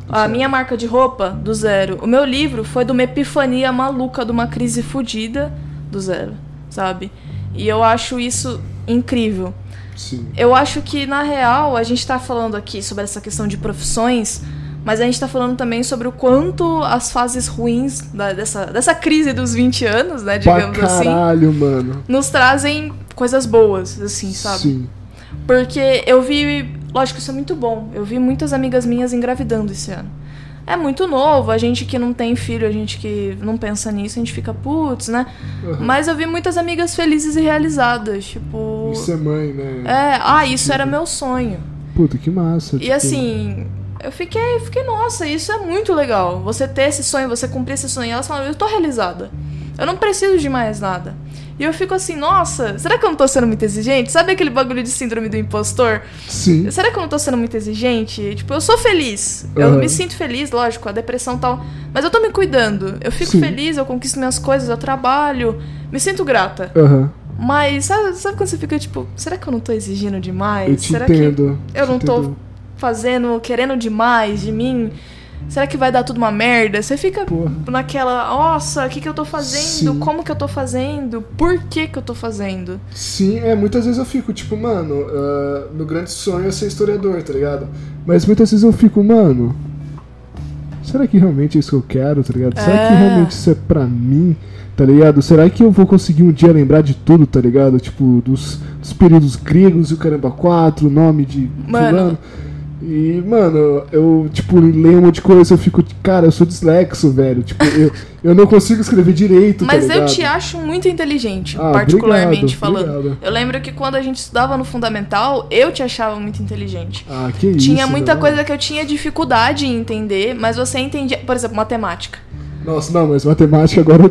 A minha marca de roupa, do zero. O meu livro foi de uma epifania maluca, de uma crise fodida, do zero, sabe? E eu acho isso incrível. Sim. Eu acho que, na real, a gente tá falando aqui sobre essa questão de profissões, mas a gente tá falando também sobre o quanto as fases ruins da- dessa, dessa crise dos 20 anos, né, Pra digamos assim, caralho, mano. nos trazem coisas boas, assim, sabe? Sim. Porque eu vi. Lógico, isso é muito bom. Eu vi muitas amigas minhas engravidando esse ano. É muito novo, a gente que não tem filho, a gente que não pensa nisso, a gente fica putz, né? Uhum. Mas eu vi muitas amigas felizes e realizadas. Tipo. Isso é mãe, né? É, ah, isso era meu sonho. Puta, que É. massa. E tipo, assim, eu fiquei, fiquei, nossa, isso é muito legal. Você ter esse sonho, você cumprir esse sonho. E elas falam, eu tô realizada. Eu não preciso de mais nada. E eu fico assim, nossa, será que eu não tô sendo muito exigente? Sabe aquele bagulho de síndrome do impostor? Sim. Será que eu não tô sendo muito exigente? Tipo, eu sou feliz. Eu Aham. me sinto feliz, lógico, a depressão e tal. Mas eu tô me cuidando. Eu fico Sim. feliz, eu conquisto minhas coisas, eu trabalho. Me sinto grata. Aham. Mas sabe, sabe quando você fica tipo, será que eu não tô exigindo demais? Eu te será entendo. que eu te não tô entendo. fazendo, querendo demais de mim? Será que vai dar tudo uma merda? Você fica Porra. naquela, nossa, o que, que eu tô fazendo? Sim. Como que eu tô fazendo? Por que, que eu tô fazendo? Sim, é, muitas vezes eu fico, tipo, mano, ah, meu grande sonho é ser historiador, tá ligado? Mas muitas vezes eu fico, mano. Será que realmente é isso que eu quero, tá ligado? Será que É. realmente isso é pra mim, tá ligado? Será que eu vou conseguir um dia lembrar de tudo, tá ligado? Tipo, dos, dos períodos gregos e o caramba 4, nome de Mano. fulano. E, mano, eu, tipo, leio um monte de coisa, eu fico, cara, eu sou dislexo, velho. Tipo, eu, eu não consigo escrever direito, Mas tá eu ligado? te acho muito inteligente, Ah, particularmente obrigado, falando. obrigado. Eu lembro que quando a gente estudava no fundamental, eu te achava muito inteligente. Ah, que isso. tinha muita né? coisa que eu tinha dificuldade em entender, mas você entendia, por exemplo, matemática. Nossa, não, mas matemática agora.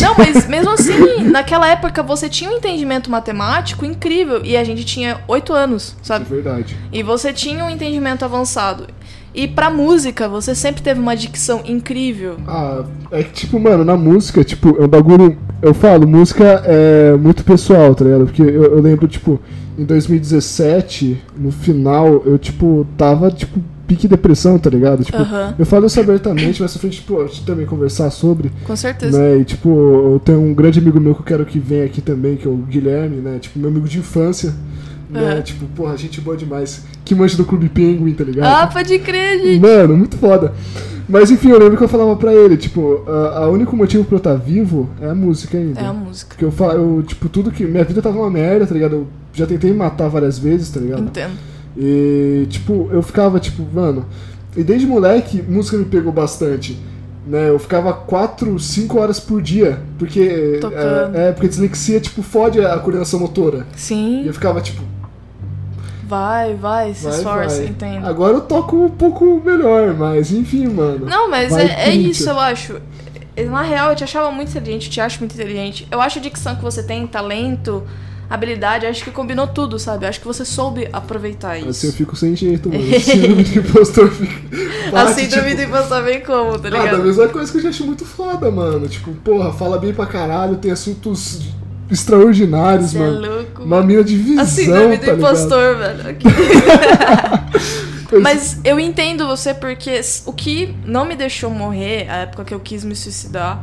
Não, (laughs) mas mesmo assim, naquela época você tinha um entendimento matemático incrível e a gente tinha oito anos, É sabe? verdade. E você tinha um entendimento avançado. E pra música, você sempre teve uma dicção incrível. Ah, é que, tipo, mano, na música, tipo, é um bagulho. Eu falo, música é muito pessoal, tá ligado? Porque eu, eu lembro, tipo, em 2017, no final, eu, tipo, tava, tipo, pique depressão, tá ligado? Tipo, Aham. eu falo isso abertamente, mas a frente, tipo, a gente também conversar sobre. Com certeza. Né? E, tipo, eu tenho um grande amigo meu que eu quero que venha aqui também, que é o Guilherme, né? Tipo, meu amigo de infância. Né? É. Tipo, porra, gente boa demais. Que manja do Clube Penguin, tá ligado? Ah, pode crer, gente. Mano, muito foda. Mas enfim, eu lembro que eu falava pra ele, tipo, a, a único motivo pra eu estar vivo é a música ainda. É a música. Porque eu falo, eu, tipo, tudo que. Minha vida tava uma merda, tá ligado? Eu já tentei me matar várias vezes, tá ligado? Entendo. E, tipo, eu ficava, tipo, mano. E desde moleque, música me pegou bastante. Né, eu ficava 4, 5 horas por dia, porque. Tocando. É, é, porque dislexia, tipo, fode a coordenação motora. E Sim. eu ficava, tipo, Vai, vai, se vai, esforça, vai. entendo. Agora eu toco um pouco melhor, mas enfim, mano. Não, mas Vai, é, é Corinthians. isso, eu acho. É, Na real, eu te achava muito inteligente, eu te acho muito inteligente. Eu acho a dicção que você tem, talento, habilidade, acho que combinou tudo, sabe? Acho que você soube aproveitar Assim eu isso. fico sem (laughs) jeito, mano. Síndrome do impostor fica. A bate, síndrome do tipo, impostor vem como, tá Ah, da ligado? mesma coisa que eu já acho muito foda, mano. Tipo, porra, fala bem pra caralho, tem assuntos extraordinários, Você é mano. louco. Uma mina de visão, A síndrome do tá ligado? impostor, velho. Ok. Eu- Mas eu entendo você porque s- o que não me deixou morrer, a época que eu quis me suicidar,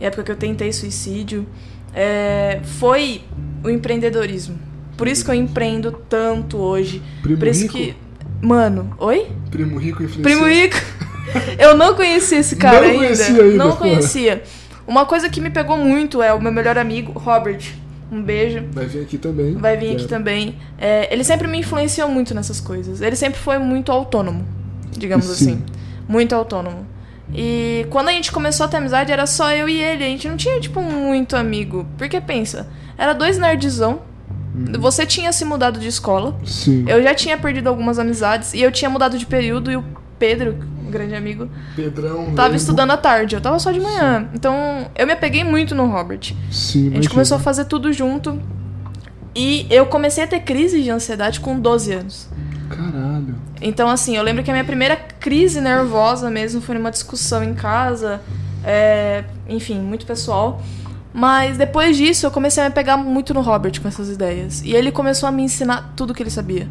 e a época que eu tentei suicídio, é, foi o empreendedorismo. Por isso que eu empreendo tanto hoje. Primo Por isso rico? que. Mano, oi? Primo rico influencia. Primo Rico. (laughs) Eu não conhecia esse cara Não ainda. conhecia ainda, Não porra. conhecia. Uma coisa que me pegou muito é o meu melhor amigo, Robert. Um beijo. Vai vir aqui também. Vai vir aqui É. também. É, ele sempre me influenciou muito nessas coisas. Ele sempre foi muito autônomo, digamos Sim. assim. Muito autônomo. E quando a gente começou a ter amizade, era só eu e ele. A gente não tinha, tipo, muito amigo. Porque pensa, era dois nerdzão. Uhum. Você tinha se mudado de escola. Sim. assim. Eu já tinha perdido algumas amizades. E eu tinha mudado de período. E o Pedro, um grande amigo, Pedrão. tava Lembro. estudando à tarde. Eu tava só de manhã. Então, eu me apeguei muito no Robert. Sim, A gente começou a fazer tudo junto. E eu comecei a ter crise de ansiedade com 12 anos. Caralho. Então, assim, eu lembro que a minha primeira crise nervosa mesmo foi numa discussão em casa. é, enfim, muito pessoal. Mas depois disso, eu comecei a me pegar muito no Robert com essas ideias. E ele começou a me ensinar tudo que ele sabia.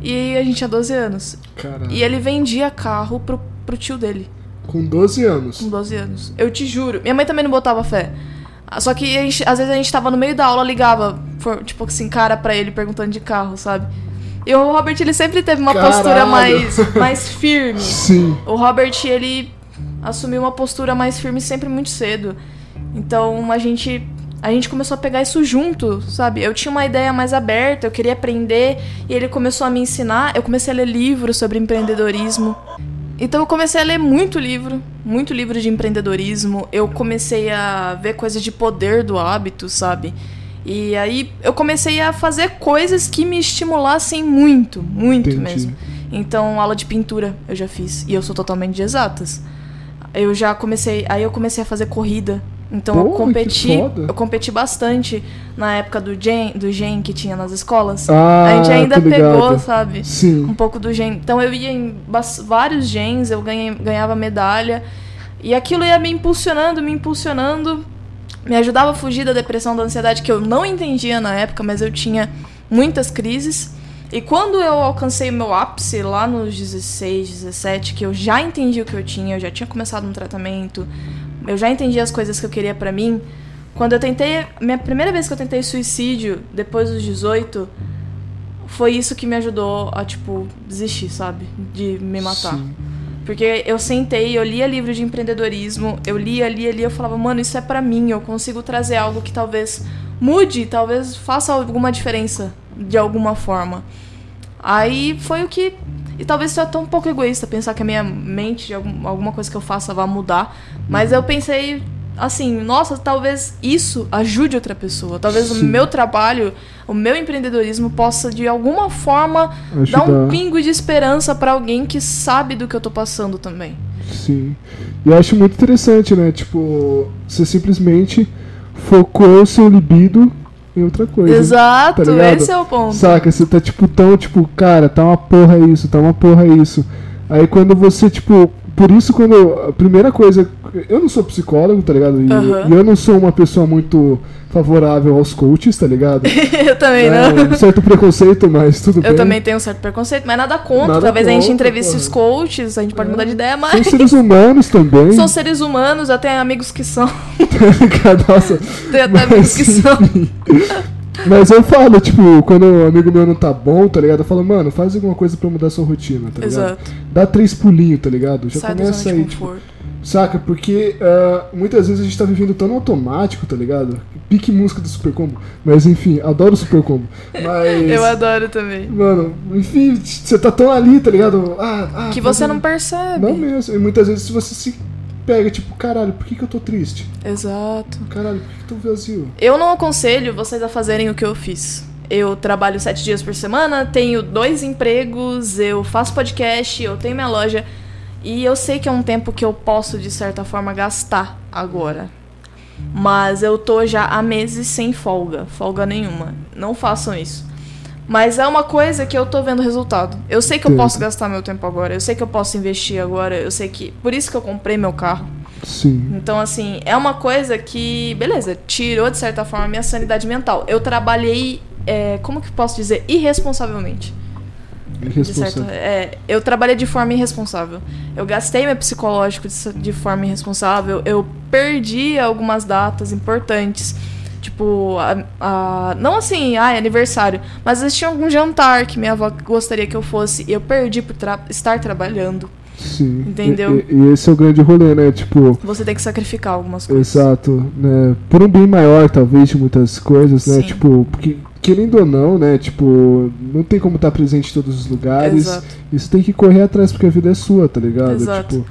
E a gente tinha 12 anos. Caralho. E ele vendia carro pro, pro tio dele Com 12 anos. com 12 anos. Eu te juro. Minha mãe também não botava fé. Ah, Só que a gente- às vezes a gente tava no meio da aula, ligava, for- tipo assim, cara pra ele perguntando de carro, sabe? E o Robert, ele sempre teve uma Caralho. postura mais, mais firme. Sim. O Robert, ele assumiu uma postura mais firme sempre muito cedo. Então a gente a gente começou a pegar isso junto, sabe? Eu tinha uma ideia mais aberta, eu queria aprender e ele começou a me ensinar. Eu comecei a ler livros sobre empreendedorismo. Então eu comecei a ler muito livro, muito livro de empreendedorismo. Eu comecei a ver coisas de poder do hábito, sabe? E aí eu comecei a fazer coisas que me estimulassem muito, muito Entendi. mesmo. Então, aula de pintura eu já fiz. E eu sou totalmente de exatas. Eu já comecei. Aí eu comecei a fazer corrida. Então eu Porra, que competi. foda. Eu competi bastante na época do gen, do gen que tinha nas escolas. Ah, a gente ainda tô ligado. pegou, sabe? Sim. Um pouco do gen. Então eu ia em bas- vários gens, eu ganhei- ganhava medalha. E aquilo ia me impulsionando, me impulsionando. Me ajudava a fugir da depressão, da ansiedade, que eu não entendia na época, mas eu tinha muitas crises. E quando eu alcancei o meu ápice, lá nos 16, 17, que eu já entendi o que eu tinha, eu já tinha começado um tratamento, eu já entendi as coisas que eu queria pra mim. Quando eu tentei, minha primeira vez que eu tentei suicídio, depois dos 18, foi isso que me ajudou a, tipo, desistir, sabe? De me matar. Sim. Porque eu sentei, eu lia livro de empreendedorismo, eu lia, lia, lia, eu falava, mano, isso é pra mim, eu consigo trazer algo que talvez mude, talvez faça alguma diferença de alguma forma. Aí foi o que. E talvez seja tão um pouco egoísta pensar que a minha mente, de algum- alguma coisa que eu faça, vá mudar. Mas eu pensei assim, nossa, talvez isso ajude outra pessoa. Talvez Sim. o meu trabalho, o meu empreendedorismo possa de alguma forma dar um Ajudar. pingo de esperança pra alguém que sabe do que eu tô passando também. Tá Sim. E eu acho muito interessante, né? Tipo, você simplesmente focou o seu libido em outra coisa. Exato, tá ligado? esse é o ponto. Saca? Você tá tipo tão, tipo, cara, tá uma porra isso, tá uma porra isso. Aí quando você, tipo, Por isso, quando. eu- A primeira coisa. Eu não sou psicólogo, tá ligado? E, Aham. e eu não sou uma pessoa muito favorável aos coaches, tá ligado? (laughs) (laughs) eu também É, não. um certo preconceito, mas tudo bem. Eu também tenho um certo preconceito, mas nada contra. Nada Talvez a gente contra, entreviste porra. os coaches, a gente pode É. mudar de ideia, São mas seres humanos também. (laughs) são seres humanos, eu tenho amigos que são. (laughs) Cara, Nossa. Tenho até amigos que Mas, são. enfim. Mas eu falo, tipo, quando um amigo meu não tá bom, tá ligado? Eu falo, mano, faz alguma coisa pra mudar sua rotina, tá ligado? Exato. Dá três pulinhos, tá ligado? (laughs) Já Sai da começa zona aí, de tipo, conforto. Saca? Porque ah, muitas vezes a gente tá vivendo tão automático, tá ligado? Pique música do Super Combo. Mas enfim, adoro o Super (laughs) Combo. Mas. Eu adoro também. Mano, enfim, você tá tão ali, tá ligado? Ah, ah, Que você fazendo- não percebe. Não mesmo. E muitas vezes você se pega, tipo, caralho, por que, que eu tô triste? Exato. Caralho, por que, que eu tô vazio? Eu não aconselho vocês a fazerem o que eu fiz. Eu trabalho sete dias por semana, tenho dois empregos, eu faço podcast, eu tenho minha loja. E eu sei que é um tempo que eu posso, de certa forma, gastar agora. Mas eu tô já há meses sem folga, folga nenhuma. Não façam isso. Mas é uma coisa que eu tô vendo resultado. Eu sei que eu Entendo. posso gastar meu tempo agora, eu sei que eu posso investir agora, eu sei que. Por isso que eu comprei meu carro. Sim. Então, assim, é uma coisa que, beleza, tirou de certa forma a minha sanidade mental. Eu trabalhei, é, como que eu posso dizer? Irresponsavelmente. De certa, Irresponsável. é, eu trabalhei de forma irresponsável. Eu gastei meu psicológico de, ce- de forma irresponsável. Eu perdi algumas datas importantes. Tipo, a- a- não assim, ah, é aniversário. Mas existia algum jantar que minha avó gostaria que eu fosse. E eu perdi por tra- estar trabalhando. Sim. Entendeu? E, e- e esse é o grande rolê, né? Tipo. Você tem que sacrificar algumas coisas. Exato, né? Por um bem maior, talvez, de muitas coisas, né? Sim. Tipo, porque, querendo ou não, né? Tipo, não tem como estar presente em todos os lugares. Exato. Isso tem que correr atrás, porque a vida é sua, tá ligado? Exato. Tipo,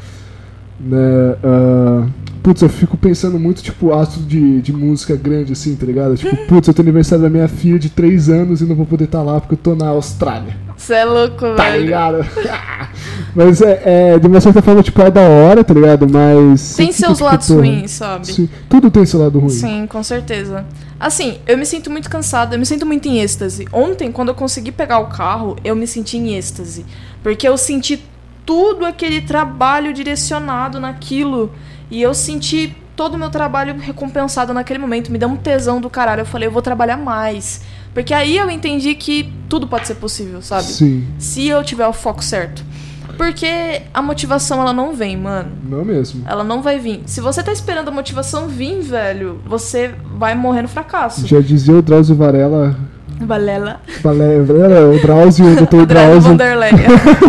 né? ah, putz, eu fico pensando muito, tipo, astro de, de música grande, assim, tá ligado? Tipo, (laughs) putz, eu tenho aniversário da minha filha de 3 anos e não vou poder estar lá porque eu tô na Austrália. Você é louco, Tá velho. ligado? (laughs) Mas é, é, de uma certa forma, tipo, é da hora, tá ligado? Mas. Tem você seus fica, lados tipo, ruins, sabe? Sim, tudo tem seu lado ruim. Sim, com certeza. Assim, eu me sinto muito cansada, eu me sinto muito em êxtase. Ontem, quando eu consegui pegar o carro, eu me senti em êxtase. Porque eu senti tudo aquele trabalho direcionado naquilo. E eu senti todo o meu trabalho recompensado naquele momento. Me deu um tesão do caralho. Eu falei, eu vou trabalhar mais. Porque aí eu entendi que tudo pode ser possível, sabe? Sim, Se eu tiver o foco certo. Porque a motivação, ela não vem, mano. não mesmo. Ela não vai vir. Se você tá esperando a motivação vir, velho, você vai morrer no fracasso. Já dizia o Drauzio Varela. Valela. Valé- Varela, o Drauzio, o (laughs) doutor André Drauzio. (laughs) Vanderlei.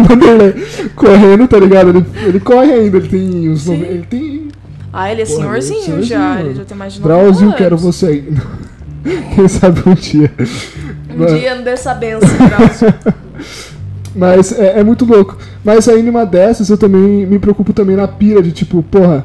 Vanderlei, correndo, tá ligado? Ele, ele corre ainda, ele tem uns. Sim. nove- Ele tem. Ah, ele é Porra, ele é senhorzinho senhorzinho, já. mano. Ele já tem mais de 90 Drauzio, anos. quero você aí. (laughs) Quem sabe um dia. Um Mano. dia não dessa benção, (laughs) Drauzio. Mas é, é muito louco. Mas aí numa dessas eu também me preocupo também na pira de tipo, porra,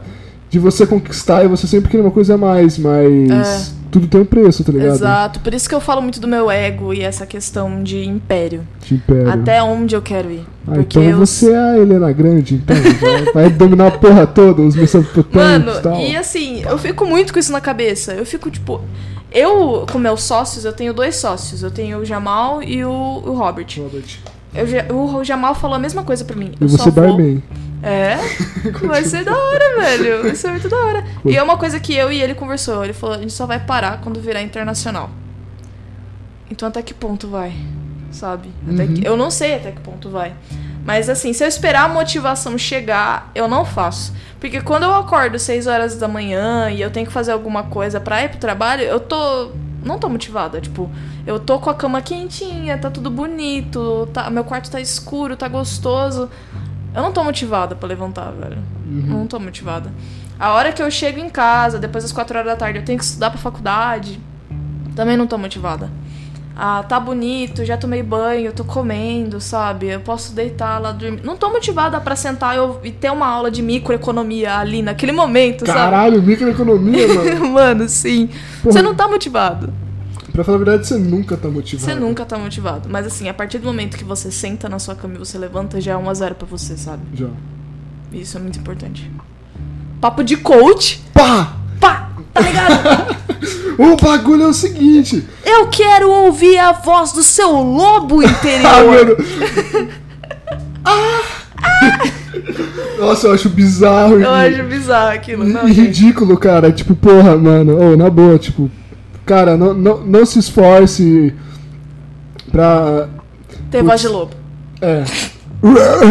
de você conquistar e você sempre querer uma coisa a mais, mas tudo tem um preço, tá ligado? É. Exato. Por isso que eu falo muito do meu ego e essa questão de império. De império. Até onde eu quero ir. Ah, porque então eu... você é a Helena Grande, então. vai, vai dominar a porra toda, os Mano, mesopotâmicos e tal. e assim, eu fico muito com isso na cabeça. Eu fico, tipo. Eu, com meus sócios, eu tenho dois sócios. Eu tenho o Jamal e o, o Robert. Robert. Eu já- o Jamal falou a mesma coisa pra mim. E eu assim, só você vou... barman. É, vai ser da hora, velho. Vai ser muito da hora. E Pô. é uma coisa que eu e ele conversou. Ele falou, a gente só vai parar quando virar internacional. Então até que ponto vai? Sabe? Até Uhum. que- Eu não sei até que ponto vai. Mas assim, se eu esperar a motivação chegar, eu não faço. Porque quando eu acordo 6 horas da manhã e eu tenho que fazer alguma coisa pra ir pro trabalho, eu tô. Não tô motivada. Tipo, eu tô com a cama quentinha, tá tudo bonito, tá... meu quarto tá escuro, tá gostoso. Eu não tô motivada pra levantar, velho. Não tô motivada. A hora que eu chego em casa, depois das 4 horas da tarde, eu tenho que estudar pra faculdade. Também não tô motivada. Ah, tá bonito, já tomei banho, tô comendo, sabe? Eu posso deitar lá, dormir. Não tô motivada pra sentar eu- e ter uma aula de microeconomia ali naquele momento, Caralho, microeconomia, mano. sabe? (laughs) Mano, sim. Porra. Você não tá motivado. Pra falar a verdade, você nunca tá motivado. Você nunca tá motivado. Mas assim, a partir do momento que você senta na sua cama e você levanta, já é um a zero pra você, sabe? Já. Isso é muito importante. Papo de coach. Pá! Pá! Tá (laughs) ligado? O bagulho é o seguinte. Eu quero ouvir a voz do seu lobo (laughs) Ah, (laughs) interior. mano. Ah! Nossa, eu acho bizarro. Eu e- acho bizarro aquilo. Não, e gente. ridículo, cara. Tipo, porra, mano. Ô, na boa, tipo. Cara, não, não, não se esforce pra. Tem voz de lobo. É. (laughs)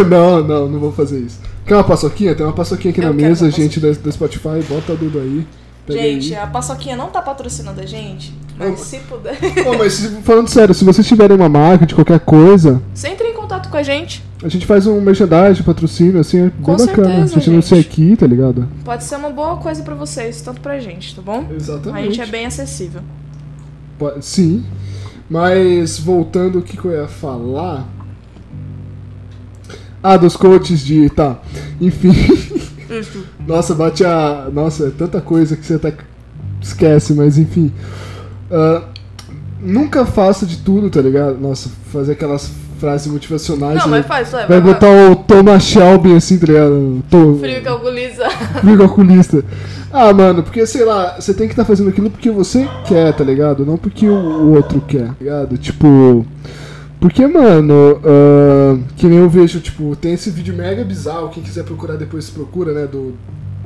Não, não, não vou fazer isso. Quer uma paçoquinha? Tem uma paçoquinha aqui Eu na quero mesa, uma gente da, da Spotify. Bota o dedo aí. Pega Gente, aí. a paçoquinha não tá patrocinando a gente, Eu- mas se puder. (laughs) Ô, mas se- falando sério, se vocês tiverem uma marca de qualquer coisa, Você entra em contato com a gente. a gente faz um merchandising, patrocínio, assim, é bem Com bacana. certeza, a gente anuncia gente. aqui, tá ligado? Pode ser uma boa coisa pra vocês, tanto pra gente, tá bom? A Exatamente. gente é bem acessível. Po- Sim. Mas voltando o que, que eu ia falar. Ah, dos coaches de. Tá. Enfim. (laughs) Nossa, bate a. Nossa, é tanta coisa que você até esquece, mas enfim. Ah, nunca faça de tudo, tá ligado? Nossa, fazer aquelas frases motivacionais. Não, né? mas faz, leva. Vai botar o Thomas Shelby assim, tá ligado? Tô... Frio que alcooliza. Amigo oculista. Ah, mano, porque sei lá, você tem que estar fazendo aquilo porque você quer, tá ligado? Não porque o outro quer, tá ligado? Tipo. Porque, mano, ah, que nem eu vejo, tipo, tem esse vídeo mega bizarro, quem quiser procurar depois procura, né? Do.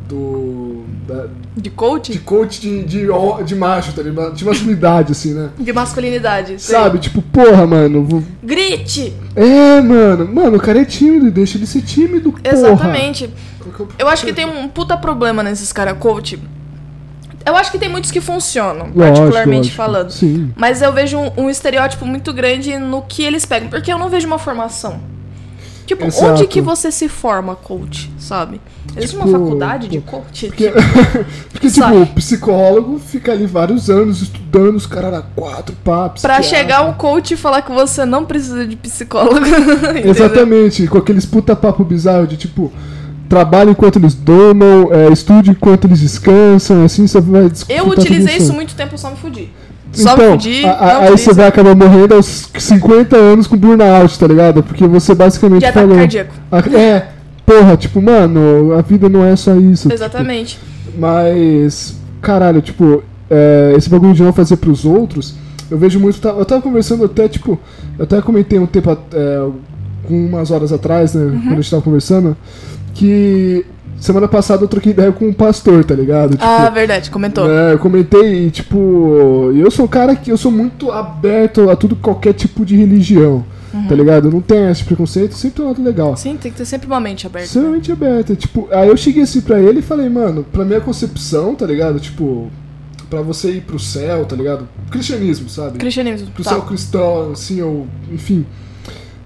Do. da- (laughs) De de coaching? coach de, de, ho- de macho, tá ligado? De masculinidade, assim, né? De masculinidade. sei. Sabe, tipo, porra, mano. vou- Grite! É, mano, mano, o cara é tímido, deixa ele ser tímido, porra. Exatamente. Qual que é o Eu acho que tem um puta problema nesses caras coach. Eu acho que tem muitos que funcionam, Lógico, particularmente lógico. falando. Sim. Mas eu vejo um, um estereótipo muito grande no que eles pegam, porque eu não vejo uma formação. Tipo, Exato. onde que você se forma coach, sabe? Existe uma Tipo, faculdade de coach? Porque, (laughs) é Tipo, porque tipo, Sabe? o psicólogo fica ali vários anos estudando os caras quatro (laughs) papos. pra chegar né? um coach e falar que você não precisa de psicólogo. (laughs) entendeu? Exatamente, com aqueles puta papo bizarro de tipo, trabalha enquanto eles domam, é, estude enquanto eles descansam, assim você vai descobrir. Eu utilizei isso muito tempo, só me fudi. Só me então, fudi, a- a- não aí utilizo. você vai acabar morrendo aos 50 anos com burnout, tá ligado? Porque você basicamente De ataque falou. cardíaco. A- é, porra, tipo, mano, a vida não é só isso. tipo, Exatamente. Mas, caralho, tipo, é, esse bagulho de não fazer pros outros, eu vejo muito. tá- Eu tava conversando até, tipo, eu até comentei um tempo, at- é, com umas horas atrás, né, quando a gente tava conversando, que semana passada eu troquei ideia com um pastor, tá ligado? Tipo, Ah, verdade, comentou. né, eu comentei e, tipo, eu sou um cara que eu sou muito aberto a tudo, qualquer tipo de religião, tá ligado? Eu não tenho esse preconceito, sempre é um lado legal Sim, tem que ter sempre uma mente aberta. né? extremamente aberta. Tipo, aí eu cheguei assim pra ele e falei, mano, pra minha concepção, tá ligado? Tipo, pra você ir pro céu, tá ligado? Cristianismo, sabe? Cristianismo. Pro tá. céu cristão, assim, ou. Enfim.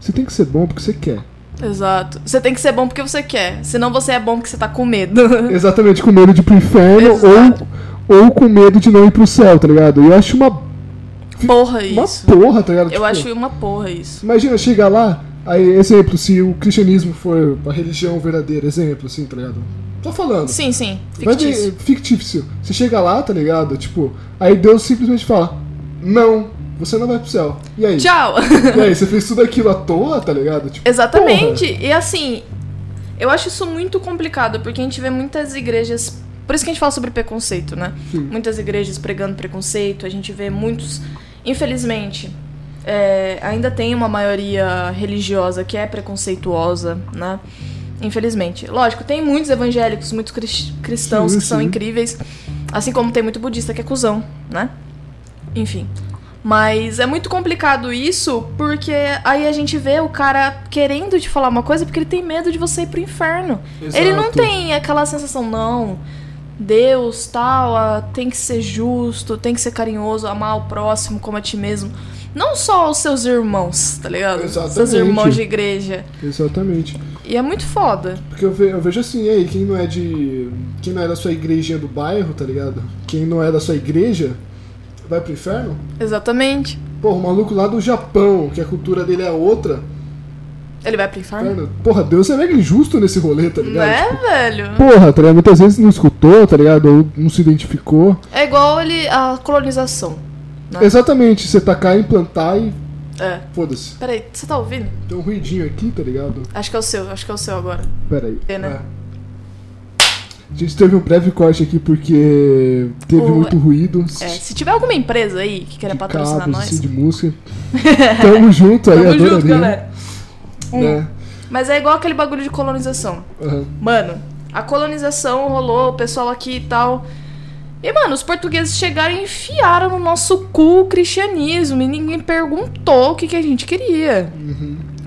Você tem que ser bom porque você quer. Exato. Você tem que ser bom porque você quer. Senão você é bom porque você tá com medo. Exatamente, com medo de ir pro inferno Exato. ou, ou com medo de não ir pro céu, tá ligado? Eu acho uma, (laughs) porra uma É isso. porra, tá ligado? Eu acho uma porra isso. Imagina chegar lá, aí, exemplo, se o cristianismo for a religião verdadeira, exemplo, assim, tá ligado? Tô falando. Sim, sim. Vai ver, Fictício. é fictício. Você chega lá, tá ligado? Tipo, aí Deus simplesmente fala: Não, você não vai pro céu. E aí? Tchau. E aí, você fez tudo aquilo à toa, tá ligado? Tipo, Exatamente. E assim, eu acho isso muito complicado, porque a gente vê muitas igrejas. Por isso que a gente fala sobre preconceito, né? Sim. Muitas igrejas pregando preconceito, a gente vê muitos. Infelizmente, é, ainda tem uma maioria religiosa que é preconceituosa, né? Infelizmente. Lógico, tem muitos evangélicos, muitos cris- cristãos Sim, que são sim. incríveis. Assim como tem muito budista que é cuzão, né? Enfim. Mas é muito complicado isso, porque aí a gente vê o cara querendo te falar uma coisa porque ele tem medo de você ir pro inferno. Exato. Ele não tem aquela sensação, não. Deus, tal, ah, tem que ser justo, tem que ser carinhoso, amar o próximo como a ti mesmo. Não só os seus irmãos, tá ligado? Seus Exatamente. irmãos de igreja. Exatamente. E é muito foda. Porque eu, ve- eu vejo assim, e aí, quem não é de. Quem não é da sua igrejinha do bairro, tá ligado? Quem não é da sua igreja, vai pro inferno? Exatamente. Porra, o maluco lá do Japão, que a cultura dele é outra, Ele vai pro inferno? inferno. Porra, Deus é mega injusto nesse rolê, tá Não ligado? é, velho? Porra, tá ligado? Muitas vezes não escutou, tá ligado? Ou não se identificou. É igual ele a colonização. né? Exatamente, você tacar, implantar e É. foda-se. Peraí, você tá ouvindo? Tem um ruidinho aqui, tá ligado? Acho que é o seu, acho que é o seu agora. Pera aí. É, né? É. A gente teve um breve corte aqui porque teve O- muito ruído. assim, É, se tiver alguma empresa aí que queira de patrocinar cabos, (laughs) nós. assim, de música. Tamo junto aí, Tamo adoraria. junto, galera. né? Mas é igual aquele bagulho de colonização. Aham. Mano, a colonização rolou, o pessoal aqui e tal. E, mano, os portugueses chegaram e enfiaram no nosso cu o cristianismo e ninguém perguntou o que, que a gente queria.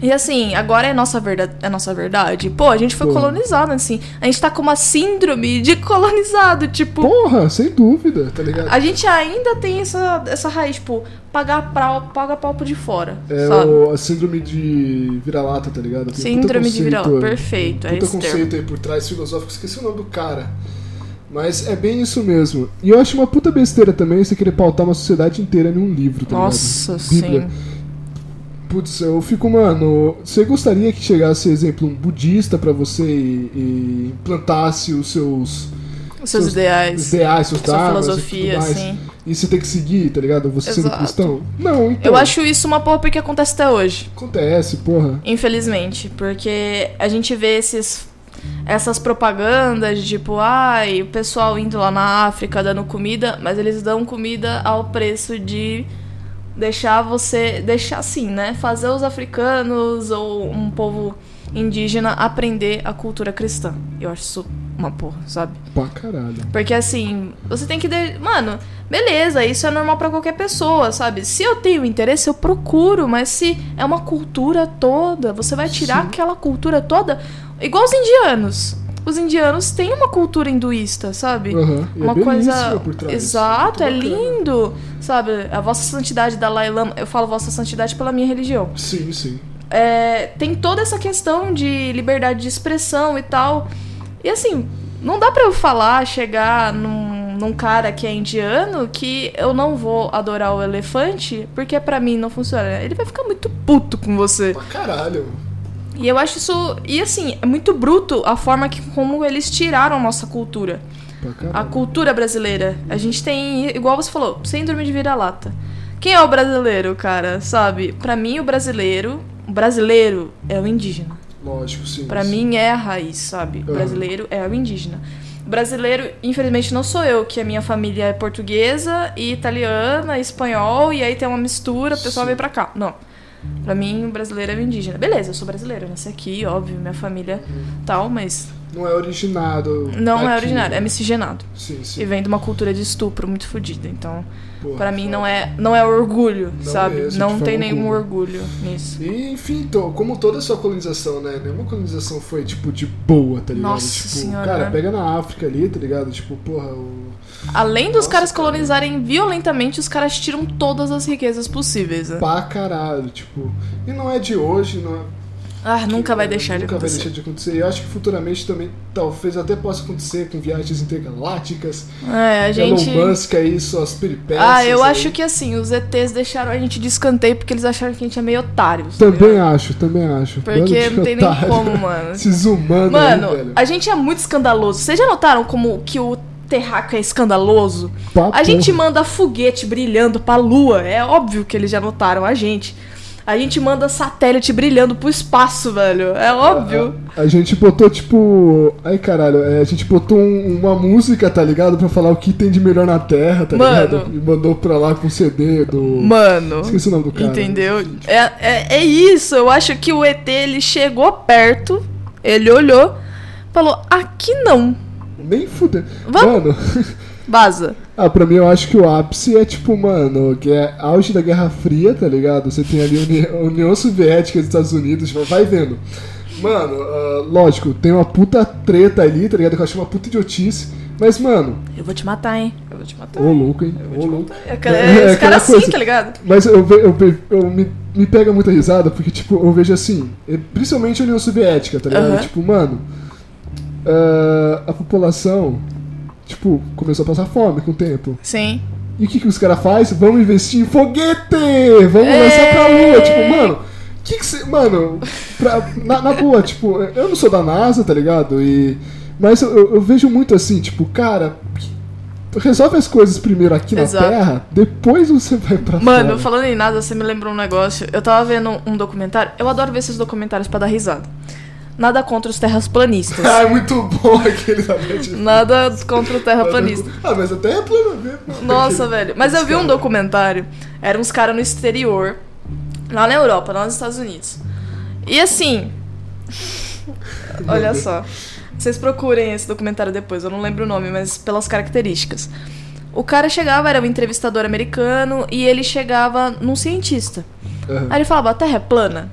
E assim, agora é nossa, verda é nossa verdade. Pô, a gente foi Pô. colonizado, assim. A gente tá com uma síndrome de colonizado, tipo. Porra, sem dúvida, tá ligado? A gente ainda tem essa, essa raiz, tipo, pagar pau, paga pau pro de fora, É sabe? o, a síndrome de vira-lata, tá ligado? Tem um puta Síndrome de conceito, viral. Perfeito, é Puta esse termo. conceito aí por trás, filosófico, esqueci o nome do cara. Mas é bem isso mesmo. E eu acho uma puta besteira também você querer pautar uma sociedade inteira num livro, tá Nossa, ligado? Bíblia. sim. Putz, eu fico, mano. Você gostaria que chegasse, exemplo, um budista pra você e, e implantasse os seus Os seus Seus- ideais. ideais, seus Sua dharmas, e filosofia, tudo mais, assim. E você tem que seguir, tá ligado? Você sendo Exato. cristão? Não, então. Eu acho isso uma pop que acontece até hoje, Acontece, porra. infelizmente. Porque a gente vê esses, essas propagandas de tipo, ai, o pessoal indo lá na África dando comida, mas eles dão comida ao preço de deixar você. deixar assim, né? Fazer os africanos ou um povo indígena aprender a cultura cristã. Eu acho isso uma porra, sabe? Pra caralho. Porque assim, você tem que. De... Mano, beleza, isso é normal pra qualquer pessoa, sabe? Se eu tenho interesse, eu procuro, mas se é uma cultura toda, você vai tirar Sim. aquela cultura toda. Igual os indianos. Os indianos têm uma cultura hinduísta, sabe? Aham, e é Uma coisa. belíssima por trás. Exato, é Muito bacana. lindo. Sabe? A Vossa Santidade Dalai Lama. Eu falo Vossa Santidade pela minha religião Sim, sim. é, tem toda essa questão de liberdade de expressão e tal. E assim, não dá pra eu falar, chegar num, num cara que é indiano que eu não vou adorar o elefante, porque pra mim não funciona. Ele vai ficar muito puto com você. Pra caralho. E eu acho isso. E assim, é muito bruto a forma que, como eles tiraram nossa cultura. Pra A caralho. cultura brasileira. A gente tem, igual você falou, síndrome de vira-lata. Quem é o brasileiro, cara? Sabe? Pra mim, o brasileiro. O brasileiro é o indígena. Lógico, sim. Pra sim. mim é a raiz, sabe? O Aham. brasileiro é o indígena. O Brasileiro, infelizmente, não sou eu, que a minha família é portuguesa e italiana, e espanhol, e aí tem uma mistura, o pessoal Sim. vem pra cá. Não. Pra mim, o brasileiro é o indígena. Beleza, eu sou brasileira, eu nasci aqui, óbvio, minha família tal, mas Não é originado. não é aqui. originário, é miscigenado. Sim, E sim. vem de uma cultura de estupro muito fodida. Então, porra, pra mim, não foda. é, não é orgulho, Não sabe? mesmo, de não forma tem nenhum alguma. orgulho nisso. E, enfim, então, como toda a sua colonização, né? Nenhuma colonização foi, tipo, de boa, tá ligado? Nossa tipo, Senhora, cara, né? pega na África ali, tá ligado? Tipo, porra, o. Além dos Nossa, caras cara. colonizarem violentamente, os caras tiram todas as riquezas possíveis. Né? Pra caralho, tipo. E não é de hoje, não é. Ah, nunca vai Nunca deixar de vai acontecer. deixar de acontecer. E eu acho que futuramente também, talvez até possa acontecer com viagens intergalácticas. É, a gente. Elon Musk aí, suas peripécias. Ah, eu aí. acho que assim, os ETs deixaram a gente de escanteio porque eles acharam que a gente é meio otário. tá Também ligado? acho, também acho. Porque Bando de não tem nem otário. como, mano. (laughs) Esses humanos Mano, aí, velho. a gente é muito escandaloso. Vocês já notaram como que o terráqueo é escandaloso? Pá, A gente Ah, porra. manda foguete brilhando pra lua, é óbvio que eles já notaram a gente. A gente manda satélite brilhando pro espaço, velho. É óbvio. A, a gente botou, tipo... Ai, caralho. é, a gente botou um- uma música, tá ligado? Pra falar o que tem de melhor na Terra, tá Mano. ligado? E mandou pra lá com o CD do... Mano. Esqueci o nome do Tipo, cara. Entendeu? É, é, é isso, eu acho que o ET ele chegou perto, ele olhou, falou: aqui não, Nem fudeu. Vamos- Mano... (laughs) vaza. Ah, pra mim eu acho que o ápice é tipo, mano, que é auge da Guerra Fria, tá ligado? Você tem ali a Uni- a União Soviética e os Estados Unidos, tipo, vai vendo. Mano, ah, lógico, tem uma puta treta ali, tá ligado? Que eu acho uma puta idiotice. Mas, mano, Eu vou te matar, hein? Eu vou te matar. ô louco, hein? Tá. Eu vou Ô te louco. matar. É, cara, É, é, é Esse cara aquela assim, coisa. tá ligado? Mas eu, ve- eu, ve- eu me, me pega muita risada, porque, tipo, eu vejo assim, e principalmente a União Soviética, tá ligado? Aham. Tipo, mano, ah, a população, tipo, começou a passar fome com o tempo. Sim. E o que, que os caras fazem? Vamos investir em foguete! Vamos lançar pra É. lua! Tipo, mano, o que que você. Mano, pra- na, na boa, tipo, eu não sou da NASA, tá ligado? E, mas eu- eu, eu vejo muito assim, tipo, cara, resolve as coisas primeiro aqui Exato. na Terra, depois você vai pra Mano, (laughs) fora. falando em nada, você me lembrou um negócio. Eu tava vendo um documentário, eu adoro ver esses documentários pra dar risada. Nada contra os terraplanistas. (laughs) Ah, é muito bom aquele da Netflix. Nada contra o terraplanista. Ah, mas até é plano mesmo. Nossa, velho. Mas eu vi um documentário. Eram uns caras no exterior, lá na Europa, lá nos Estados Unidos. E assim, Olha só. Vocês procurem esse documentário depois, eu não lembro o nome, mas pelas características. O cara chegava, era um entrevistador americano, e ele chegava num cientista. Aham. Aí ele falava, a Terra é plana.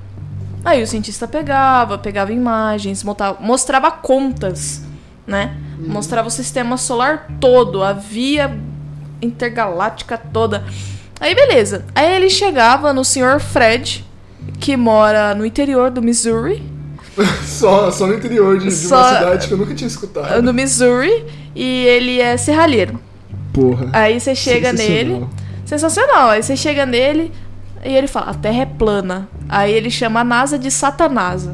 Aí o cientista pegava, pegava imagens, montava- mostrava contas, né? Mostrava o sistema solar todo, a via intergaláctica toda. Aí beleza. Aí ele chegava no senhor Fred, que mora no interior do Missouri. Só, só no interior de, de Só- uma cidade que eu nunca tinha escutado. No Missouri, e ele é serralheiro. Porra. Aí você chega nele. Sensacional. Aí você chega nele e ele fala: a Terra é plana. Aí ele chama a NASA de Satanasa.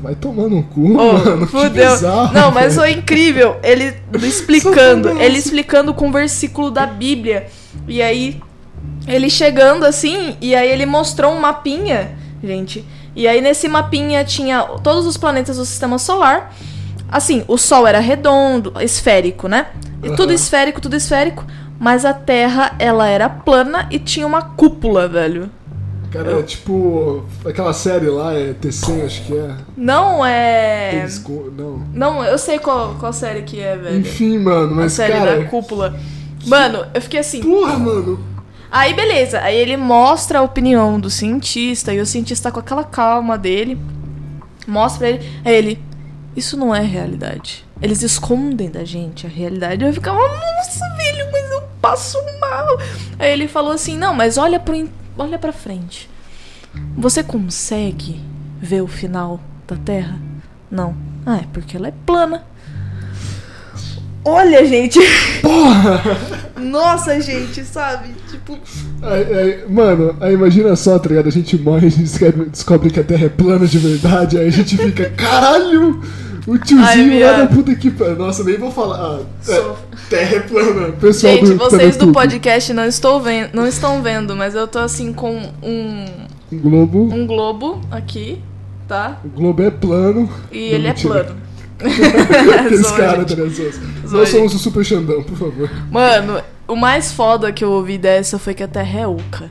Vai tomar no cu, Oh, mano. que fudeu. bizarro, Não, mas velho. foi incrível. Ele explicando, Satanás. ele explicando com versículo da Bíblia. E aí ele chegando assim, e aí ele mostrou um mapinha, gente. E aí nesse mapinha tinha todos os planetas do sistema solar. Assim, o Sol era redondo, esférico, né? E tudo Aham. esférico, tudo esférico. Mas a Terra, ela era plana e tinha uma cúpula, velho. Cara, é tipo. Aquela série lá, é T100, acho que é. Não é. Eles co- Não. Não, eu sei qual, qual série que é, velho. Enfim, mano, A mas série da cara. cúpula. Mano, eu fiquei assim. Porra, mano. Aí beleza, aí ele mostra a opinião do cientista e o cientista com aquela calma dele mostra pra ele, aí ele, isso não é realidade. Eles escondem da gente a realidade. Eu ficava, nossa, velho, mas eu passo mal. Aí ele falou assim: "Não, mas olha pro in- olha para frente. Você consegue ver o final da Terra?" Não. Ah, é porque ela é plana. Olha, gente. (laughs) Nossa, gente, sabe? Tipo, Aí- aí- mano, aí imagina só, tá ligado? A gente morre, a gente descobre, descobre que a Terra é plana de verdade, aí a gente fica, (laughs) caralho! O Ai, tiozinho lá viado. da puta que pariu. Nossa, nem vou falar. Ah, Sou- é, terra é plana. Pessoal Gente, do, vocês do Teletubbies. podcast não, estou ven- não estão vendo, mas eu tô assim com um, Globo. um globo aqui, tá? O Globo é (laughs) plano. E Não, ele é mentira. (laughs) plano. É Aqueles (laughs) Zoa, caras, tá gente. ligado? Zoa, Nós somos o um Super Xandão, por favor. Mano, o mais foda que eu ouvi dessa foi que a Terra é oca.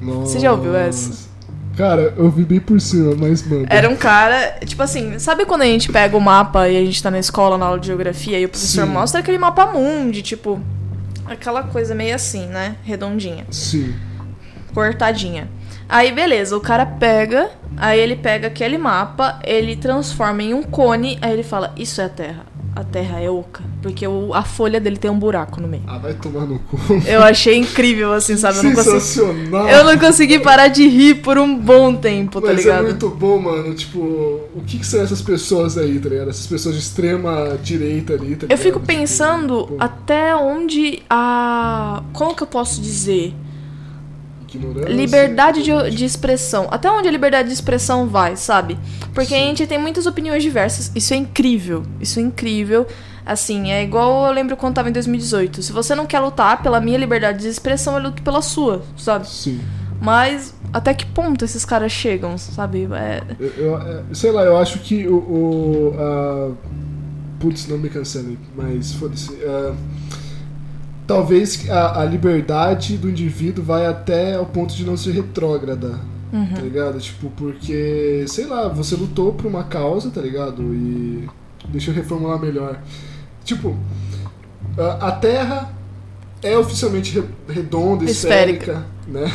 Você já ouviu essa? Nossa. Cara, eu vi bem por cima, mas, mano. Era um cara, tipo assim, sabe quando a gente pega o mapa e a gente tá na escola, na aula de geografia, e o professor Sim. mostra aquele mapa mundi, tipo, aquela coisa meio assim, né? Redondinha. Sim. cortadinha. Aí beleza, o cara pega, aí ele pega aquele mapa, ele transforma em um cone, aí ele fala: Isso é a terra. A terra é oca, porque o- a folha dele tem um buraco no meio. Ah, vai tomar no cu. Eu achei incrível, assim, sabe? Eu não consegui, Sensacional. eu não consegui parar de rir por um bom tempo, tá Mas ligado? é muito bom, mano. Tipo, o que, que são essas pessoas aí, tá ligado? Essas pessoas de extrema direita ali, tá ligado? Eu fico Tipo, pensando pô, até onde a. Como que eu posso dizer? ignorância. liberdade de, de expressão. Até onde a liberdade de expressão vai, sabe? Porque a Sim. gente tem muitas opiniões diversas. Isso é incrível. Isso é incrível. Assim, é igual eu lembro quando tava em 2018. Se você não quer lutar pela minha liberdade de expressão, eu luto pela sua, sabe? Sim. Mas até que ponto esses caras chegam, sabe? É- Eu, eu- é, sei lá, eu acho que o. o a- Putz, não me cancele, mas foda-se. É, talvez a, a liberdade do indivíduo vai até o ponto de não ser retrógrada. Tá ligado? Tipo, porque, sei lá, você lutou por uma causa, tá ligado? E. Deixa eu reformular melhor. Tipo, a, a Terra é oficialmente re- redonda, esférica, Esférica. né?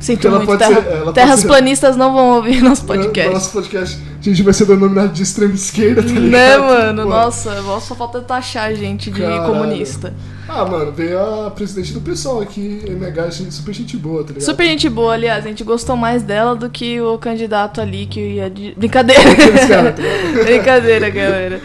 Sinto Porque ela muito. pode terra- ser- ela pode terras ser- planistas não vão ouvir nosso podcast. Nosso podcast. A gente vai ser denominado de extrema esquerda, tá ligado? né, mano? Pô. Nossa, só falta taxar a gente de Caralho. comunista. Ah, mano, veio a presidente do pessoal aqui, MH, gente, super gente boa, tá ligado? (laughs) Super gente boa, aliás, a gente gostou mais dela do que o candidato ali que ia de... (laughs) Brincadeira! Aqueles (laughs) caras, tá ligado? Brincadeira, galera.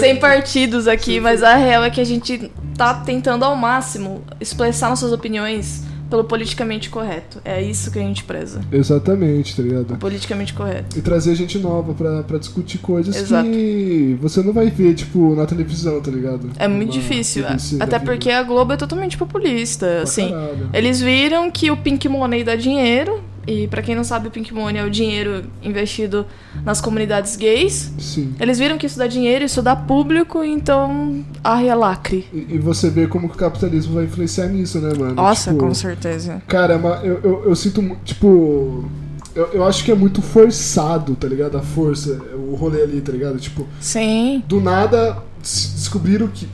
Sem partidos aqui, mas a real é que a gente tá tentando ao máximo expressar nossas opiniões pelo politicamente correto. É isso que a gente preza. Exatamente, tá ligado? Politicamente correto. E trazer gente nova pra, pra discutir coisas Exato. que você não vai ver, tipo, na televisão, tá ligado? É muito Uma difícil. BBC da Até vida. porque a Globo é totalmente populista, né? Pra assim. caralho. Eles viram que o Pink Money dá dinheiro. E pra quem não sabe, o Pink Money é o dinheiro investido nas comunidades gays. Sim. Eles viram que isso dá dinheiro, isso dá público, então. Ai, é lacre. E, e você vê como que o capitalismo vai influenciar nisso, né, mano? Nossa, Tipo, com certeza. Cara, é uma- eu, eu, eu sinto, mu- tipo, Eu, eu acho que é muito forçado, tá ligado? A força, o rolê ali, tá ligado? Tipo, Sim. do nada s- descobriram que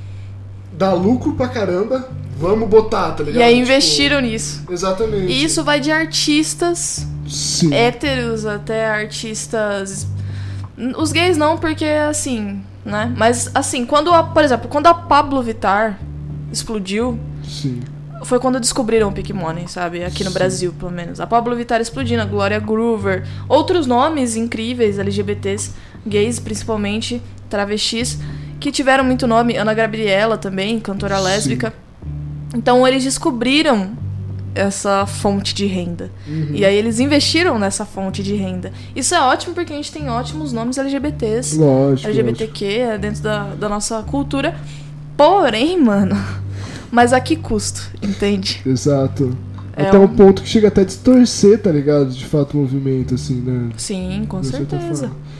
dá lucro pra caramba, vamos botar, tá ligado? E aí Tipo, investiram nisso. exatamente. E isso é vai de artistas Sim. héteros até artistas. Os gays não, porque assim, né? Mas assim, quando a, por exemplo, quando a Pablo Vittar explodiu, Sim. foi quando descobriram o Pink Money, sabe? Aqui no Sim. Brasil, pelo menos. A Pablo Vittar explodindo, a Gloria Groover, outros nomes incríveis LGBTs, gays principalmente, travestis, que tiveram muito nome, Ana Gabriela também, cantora Sim. lésbica. Então eles descobriram essa fonte de renda. Uhum. E aí eles investiram nessa fonte de renda. Isso é ótimo porque a gente tem ótimos nomes LGBTs, Lógico. lógico. LGBTQ, é dentro da, da nossa cultura. Porém, mano, (laughs) mas a que custo, entende? Exato. É até um... um- ponto que chega até a distorcer, tá ligado? De fato, o movimento, assim, né? Sim, com De certa certeza. forma. Né?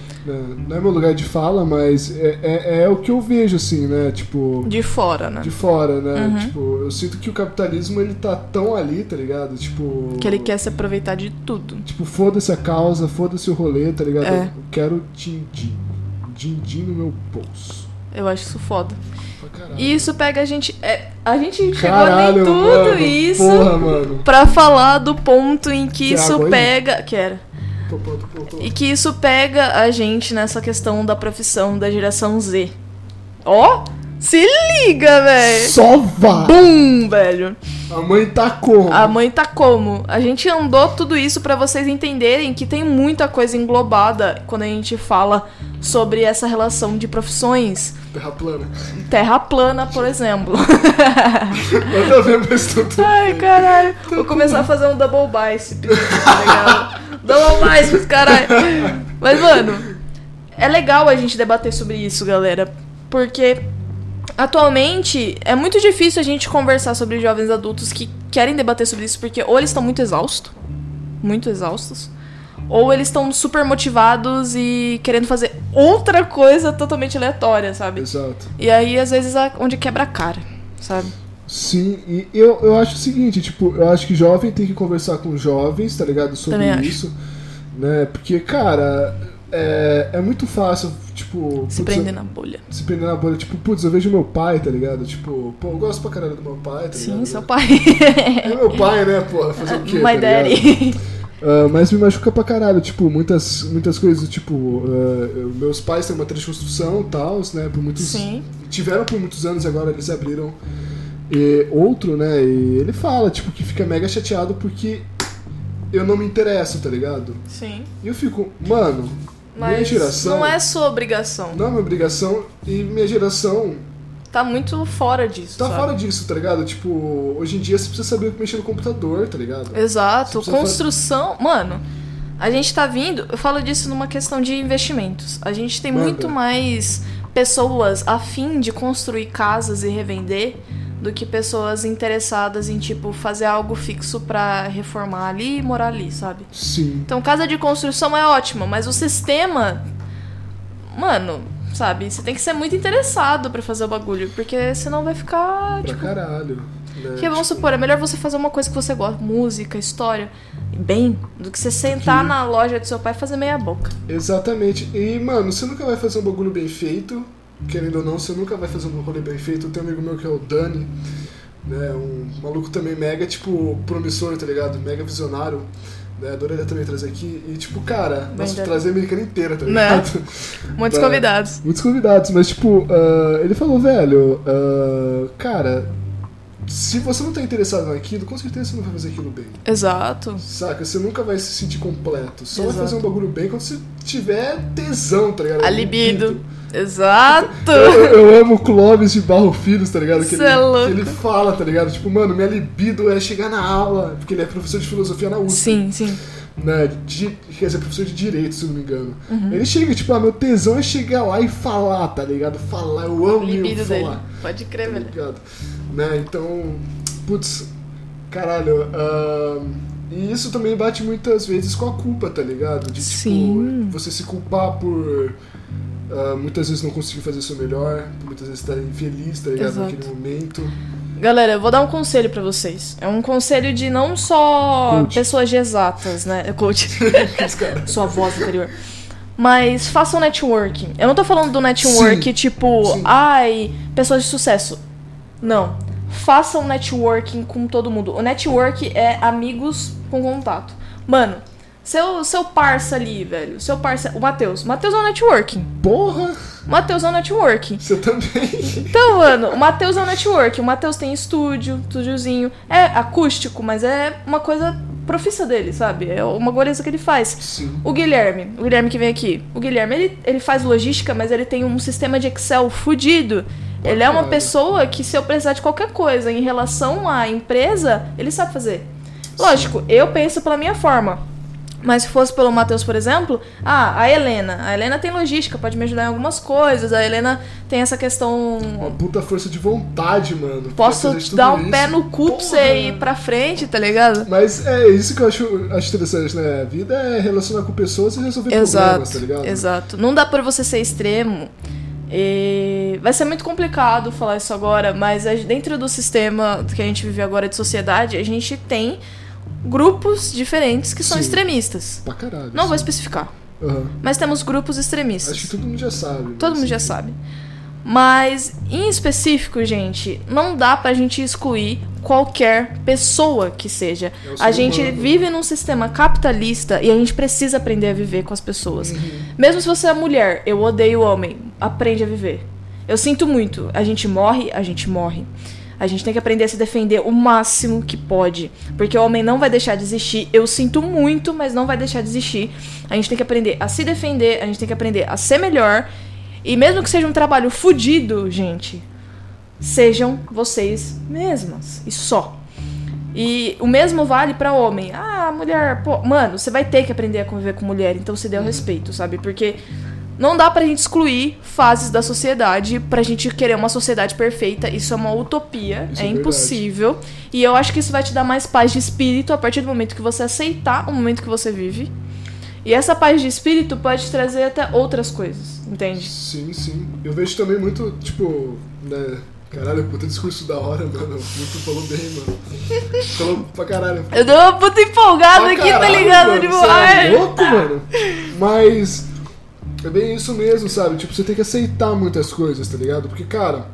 Não é meu lugar de fala, mas é, é, é o que eu vejo, assim, né? Tipo, De fora, né? de fora, né? Uhum. Tipo, eu sinto que o capitalismo, ele tá tão ali, tá ligado? Tipo... Que ele quer se aproveitar de tudo. Tipo, foda-se a causa, foda-se o rolê, tá ligado? É. Eu quero din-din. Din-din no meu bolso. Eu acho isso foda. Pra caralho. E isso pega a gente. é, a gente chegou Caralho, nem tudo mano, isso Porra, mano. pra falar do ponto em que Quer água isso aí? pega. Quero. Tô, tô, tô, tô. E que isso pega a gente nessa questão da profissão da geração Z. Ó, se liga, velho. Só vá! É. Bum, velho. A mãe tá como? A mãe tá como? A gente andou tudo isso pra vocês entenderem que tem muita coisa englobada quando a gente fala sobre essa relação de profissões. Terra plana. Terra plana, por exemplo. (laughs) Nada a ver, mas tô tudo Ai, caralho. Vou começar a fazer um double bicep, tá ligado? double bicep, caralho. Mas, mano, é legal a gente debater sobre isso, galera. Porque atualmente é muito difícil a gente conversar sobre jovens adultos que querem debater sobre isso, porque ou eles estão muito exaustos, muito exaustos, ou eles estão super motivados e querendo fazer outra coisa totalmente aleatória, sabe? Exato. E aí, às vezes, é onde quebra a cara, sabe? Sim, e eu, eu acho o seguinte, tipo, eu acho que jovem tem que conversar com jovens, tá ligado? Sobre Também acho. isso. Né? Porque, cara, é, é muito fácil, tipo. Se putz, prender na bolha. eu- Se prender na bolha, tipo, putz, eu vejo meu pai, tá ligado? Tipo, pô, eu gosto pra caralho do meu pai, tá Sim, ligado? seu pai. É (laughs) meu pai, né, porra? Fazer (laughs) o quê? My tá ligado? daddy. Ah, mas me machuca pra caralho, tipo, muitas, muitas coisas, tipo, ah, meus pais têm uma transconstrução e tal, né? Por muitos. Sim. Tiveram por muitos anos, agora eles abriram eh, outro, né? E ele fala, tipo, que fica mega chateado porque eu não me interesso, tá ligado? Sim. E eu fico, mano, minha Mas geração. não é sua obrigação. não é minha obrigação e minha geração Tá muito fora disso. tá sabe? fora disso, tá ligado? Tipo, hoje em dia você precisa saber mexer no computador, tá ligado? Exato. Você precisa Construção. Mano, a gente tá vindo. Eu falo disso numa questão de investimentos. A gente tem Manda. muito mais pessoas a fim de construir casas e revender do que pessoas interessadas em, tipo, fazer algo fixo pra reformar ali e morar ali, sabe? Sim. Então, casa de construção é ótima, mas o sistema. Mano, sabe? Você tem que ser muito interessado pra fazer o bagulho, porque senão vai ficar. Pra Tipo, caralho. Né? porque vamos supor, é melhor você fazer uma coisa que você gosta, música, história, bem, do que você sentar Sim. na loja do seu pai e fazer meia boca. Exatamente. E, mano, você nunca vai fazer um bagulho bem feito. Querendo ou não, você nunca vai fazer um rolê bem feito. Tem um amigo meu que é o Dani, né? Um maluco também mega, tipo, promissor, tá ligado? Mega visionário. Né? Adoraria também trazer aqui. E, tipo, cara, nossa, Dani. trazer a americana inteira, tá Né? ligado? (laughs) Muitos Bah. convidados. Muitos convidados, mas, tipo, ah, ele falou, velho, ah, cara, se você não tá interessado naquilo, com certeza você não vai fazer aquilo bem. Exato. Saca? Você nunca vai se sentir completo. Só vai Exato. fazer um bagulho bem quando você tiver tesão, tá ligado? A libido. (laughs) Exato! Eu, eu amo o Clóvis de Barro Filhos, tá ligado? Que Cê ele, é louco. que ele fala, tá ligado? Tipo, mano, minha libido é chegar na aula, porque ele é professor de filosofia na USP. Sim, sim. Uhum. Né? Di, quer dizer, professor de direito, se eu não me engano. Ele chega, tipo, ah, meu tesão é chegar lá e falar, tá ligado? Falar, eu amo Libido eu dele. falar. Pode Tá crer, velho. ligado? Né? Então, putz, caralho. ahn, e isso também bate muitas vezes com a culpa, tá ligado? De, tipo, Sim. você se culpar por ah, muitas vezes não conseguir fazer o seu melhor, por muitas vezes estar infeliz, tá ligado? Exato. Naquele momento. Galera, eu vou dar um conselho pra vocês. É um conselho de não só Coach. pessoas de exatas, né? É (laughs) Coach. Sua voz interior. Mas façam networking. Eu não tô falando do network Sim. tipo, Sim. ai, pessoas de sucesso. Não. Façam networking com todo mundo. O network é amigos com contato. Mano, seu, seu parça ali, velho. Seu parça. O Matheus. O Matheus é um networking. Porra, (laughs) O Matheus é um networking. você também. Então, mano, o Matheus é um network. O Matheus tem estúdio, estúdiozinho. É acústico, mas é uma coisa profissa dele, sabe? É uma coisa que ele faz. Sim. O Guilherme, o Guilherme que vem aqui. O Guilherme, ele, ele faz logística, mas ele tem um sistema de Excel fudido. Ele é uma Bacana. pessoa que, se eu precisar de qualquer coisa em relação à empresa, ele sabe fazer. Lógico, eu penso pela minha forma. Mas se fosse pelo Matheus, por exemplo, ah, a Helena. A Helena tem logística, pode me ajudar em algumas coisas. A Helena tem essa questão Uma puta força de vontade, mano. pra Posso fazer te tudo dar um isso. pé no cu pra Porra, você ir mano. pra frente, tá ligado? Mas é isso que eu acho, acho interessante, né? A vida é relacionar com pessoas e resolver problemas, Exato, tá ligado? exato. Não dá pra você ser extremo. E vai ser muito complicado falar isso agora, mas a- dentro do sistema que a gente vive agora de sociedade, a gente tem grupos diferentes que são Sim. extremistas. Pra caralho. Não vou assim. especificar, Aham. mas temos grupos Acho que extremistas. todo mundo já sabe. né, assim, Todo mundo já sabe. Mas, em específico, gente, não dá pra gente excluir qualquer pessoa que seja. É o ser a gente humano. vive num sistema capitalista e a gente precisa aprender a viver com as Uhum. pessoas. Mesmo se você é mulher, eu odeio homem, aprende a viver. Eu sinto muito. A gente morre, a gente morre. A gente tem que aprender a se defender o máximo que pode. Porque o homem não vai deixar de existir. Eu sinto muito, mas não vai deixar de existir. A gente tem que aprender a se defender, a gente tem que aprender a ser melhor. E mesmo que seja um trabalho fudido, gente, sejam vocês mesmas. E só. E o mesmo vale pra homem. Ah, mulher, pô, mano, você vai ter que aprender a conviver com mulher, então se dê o respeito, sabe? Porque não dá pra gente excluir fases da sociedade pra gente querer uma sociedade perfeita. Isso é uma utopia, Isso é, é verdade. impossível. E eu acho que isso vai te dar mais paz de espírito a partir do momento que você aceitar o momento que você vive. E essa paz de espírito pode te trazer até outras coisas, entende? Sim, sim. Eu vejo também muito, tipo, né? Caralho, puta discurso da hora, mano. Muito falou bem, mano. Falou pra caralho. Eu dei uma puta empolgada Pra aqui, tá caralho, ligado? mano, Tipo, você ai. é louco, mano. Mas é bem isso mesmo, sabe? Tipo, você tem que aceitar muitas coisas, tá ligado? Porque, cara,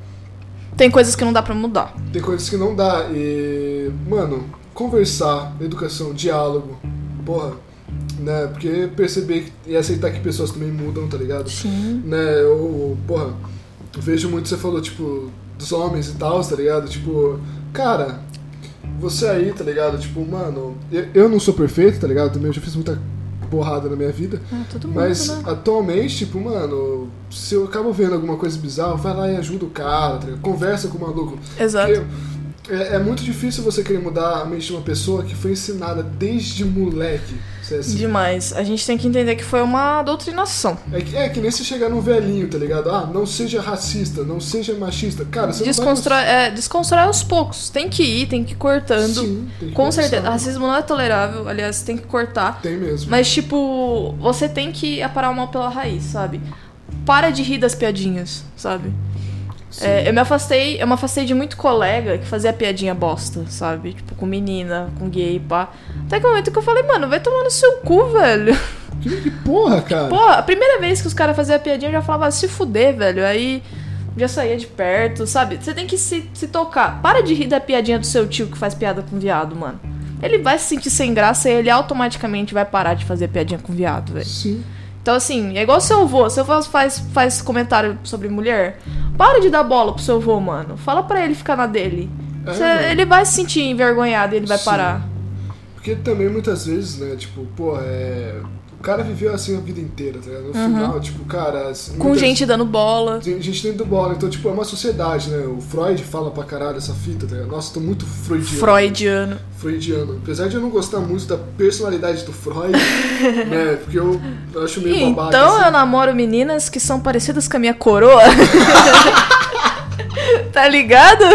Tem coisas que não dá pra mudar. tem coisas que não dá. E, mano, conversar, educação, diálogo, porra, né? Porque perceber e aceitar que pessoas também mudam, tá ligado? Sim. né, eu, porra, eu vejo muito você falou, tipo, dos homens e tal, tá ligado? Tipo, cara, você aí, tá ligado? Tipo, mano, eu, eu não sou perfeito, tá ligado? Também eu já fiz muita porrada na minha vida. Ah, todo mundo, Mas né? atualmente, tipo, mano, se eu acabo vendo alguma coisa bizarra, vai lá e ajuda o cara, tá ligado? Conversa com o maluco. Exato. Porque é, é muito difícil você querer mudar a mente de uma pessoa que foi ensinada desde moleque. Você é assim, Demais. A gente tem que entender que foi uma doutrinação. é que, é que nem se chegar num velhinho, tá ligado? Ah, não seja racista, não seja machista. Cara, você Desconstrói, é, desconstrói aos poucos. Tem que ir, tem que ir não vai... cortando. Sim, tem que Com começar. certeza. Racismo não é tolerável, aliás, tem que cortar. Tem mesmo. Mas, tipo, você tem que aparar o mal pela raiz, sabe? Para de rir das piadinhas, sabe? Sim. É, eu me afastei, eu me afastei de muito colega que fazia piadinha bosta, sabe? Tipo, com menina, com gay, pá. Até que o momento que eu falei, mano, vai tomar no seu cu, velho. Que, que porra, cara. Pô, a primeira vez que os caras faziam a piadinha, eu já falava, "Ah, se fuder, velho. Aí já saía de perto, sabe? Você tem que se, se tocar. Para de rir da piadinha do seu tio que faz piada com viado, mano. Ele vai se sentir sem graça e ele automaticamente vai parar de fazer piadinha com viado, velho. Sim. Então, assim, é igual seu avô. Seu avô faz, faz comentário sobre mulher. Para de dar bola pro seu avô, mano. Fala pra ele ficar na dele. É, Cê- mano. ele vai se sentir envergonhado e ele vai Sim. parar. Porque também muitas vezes, né, tipo, porra, é... O cara viveu assim a vida inteira, tá ligado? No final, tipo, cara... assim, Uhum. Com muitas- gente dando bola. Tem gente dentro do bola, então, tipo, é uma sociedade, né? O Freud fala pra caralho essa fita, tá ligado? Nossa, tô muito freudiano. Freudiano. Freudiano. Apesar de eu não gostar muito da personalidade do (laughs) Freud, né? Porque eu acho meio babaca. Então assim. eu namoro meninas que são parecidas com a minha coroa. (laughs) tá ligado? (laughs)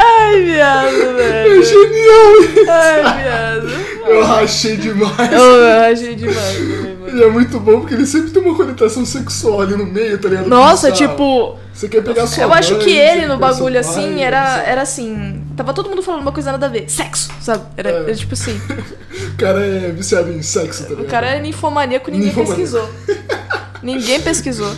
Ai, viado, É velho. É genial! (laughs) Ai, viado. Eu achei demais. Eu, eu achei demais também, mano. E é muito bom porque ele sempre tem uma conotação sexual ali no meio, tá ligado? Nossa, Bizarro. tipo, Você quer pegar sua eu acho mãe, que você ele quer no pegar seu bagulho pai, assim era, era assim. Tava todo mundo falando uma coisa nada a ver. Sexo, sabe? Era, É. era tipo assim. O cara é viciado em sexo, tá ligado? O cara é ninfomaníaco, ninguém Ninfomaníaco. pesquisou. ninguém pesquisou.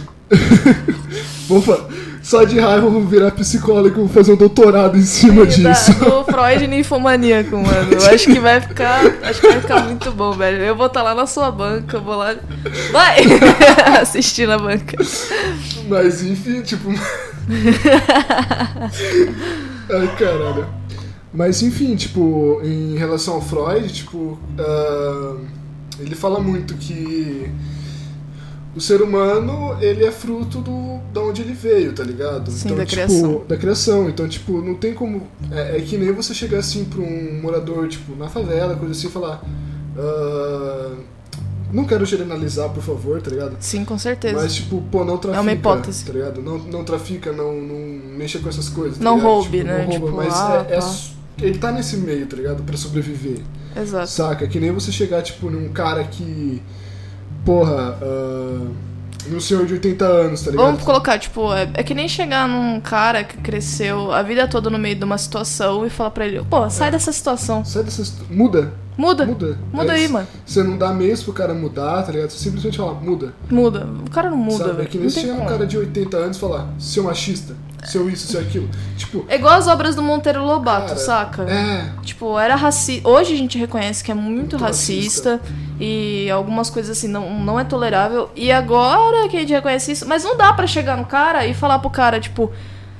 Vou fa- Só de raiva eu vou virar psicólogo e vou fazer um doutorado em cima Da- disso. do Freud ninfomaníaco, mano. Eu acho que vai ficar. Acho que vai ficar muito bom, velho. Eu vou estar lá na sua banca, eu vou lá. Vai! (laughs) Assistir na banca. Mas enfim, tipo. (laughs) Ai, caralho. Mas enfim, tipo, em relação ao Freud, tipo, ah, ele fala muito que o ser humano, ele é fruto do da onde ele veio, tá ligado? Sim, então, da tipo, criação. da criação. Então, tipo, não tem como é, é que nem você chegar assim pra um morador, tipo, na favela, coisa assim, e falar, ah, não quero generalizar, por favor, tá ligado? Sim, com certeza. É Mas, tipo, pô, não trafica. hipótese. Tá ligado? Não, não trafica, não, não mexa com essas coisas. tá Não ligado? roube, né? Não rouba, Tipo, mas ah, é, é tá. su- ele tá nesse meio, tá ligado? Pra sobreviver. Exato. Saca? Que nem você chegar, tipo, num cara que. Porra. ah, num senhor de 80 anos, tá ligado? Vamos colocar, tipo, é, é que nem chegar num cara que cresceu a vida toda no meio de uma situação e falar pra ele, pô, sai dessa situação. Sai dessa. situ- Muda. Muda. Muda, É. Muda. É aí, c- mano. Você não dá mês pro cara mudar, tá ligado? Você simplesmente fala, muda. Muda. O cara não muda, sabe? É que velho. nem Não você tem chegar num como. cara de 80 anos e falar, seu machista, seu isso, seu aquilo. Tipo, É igual as obras do Monteiro Lobato, Cara, saca? é. Tipo, era racista. Hoje a gente reconhece que é muito, Muito racista, e algumas coisas assim não, não é tolerável. E agora que a gente reconhece isso, mas não dá pra chegar no cara e falar pro cara, tipo,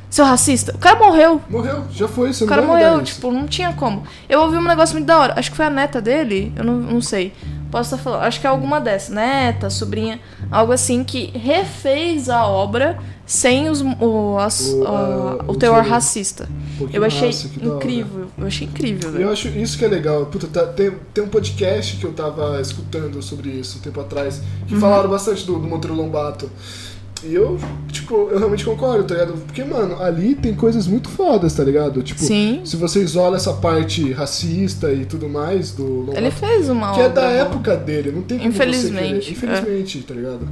seu racista. O cara morreu. Morreu, já foi, você O não cara vai mudar morreu, isso. tipo, não tinha como. Eu ouvi um negócio muito da hora. Acho que foi a neta dele, eu não, não sei. Posso estar falando. Acho que é alguma dessas. Neta, sobrinha, algo assim que refez a obra sem os, o, as- O, a- a- o o teor teor. racista. Pô, que Eu achei massa, que da hora. incrível. Eu achei incrível, velho. Eu acho isso que é legal. Puta, tá- tem, tem um podcast que eu tava escutando sobre isso um tempo atrás, que Uhum. falaram bastante do, do Monteiro Lombato. E eu, tipo, eu realmente concordo, tá ligado? Porque, mano, ali tem coisas muito fodas, tá ligado? Tipo, Sim. se você isola essa parte racista e tudo mais do Lombato, Ele fez uma que é da obra, né? época dele, não tem como Infelizmente, é. você querer. Infelizmente, tá ligado?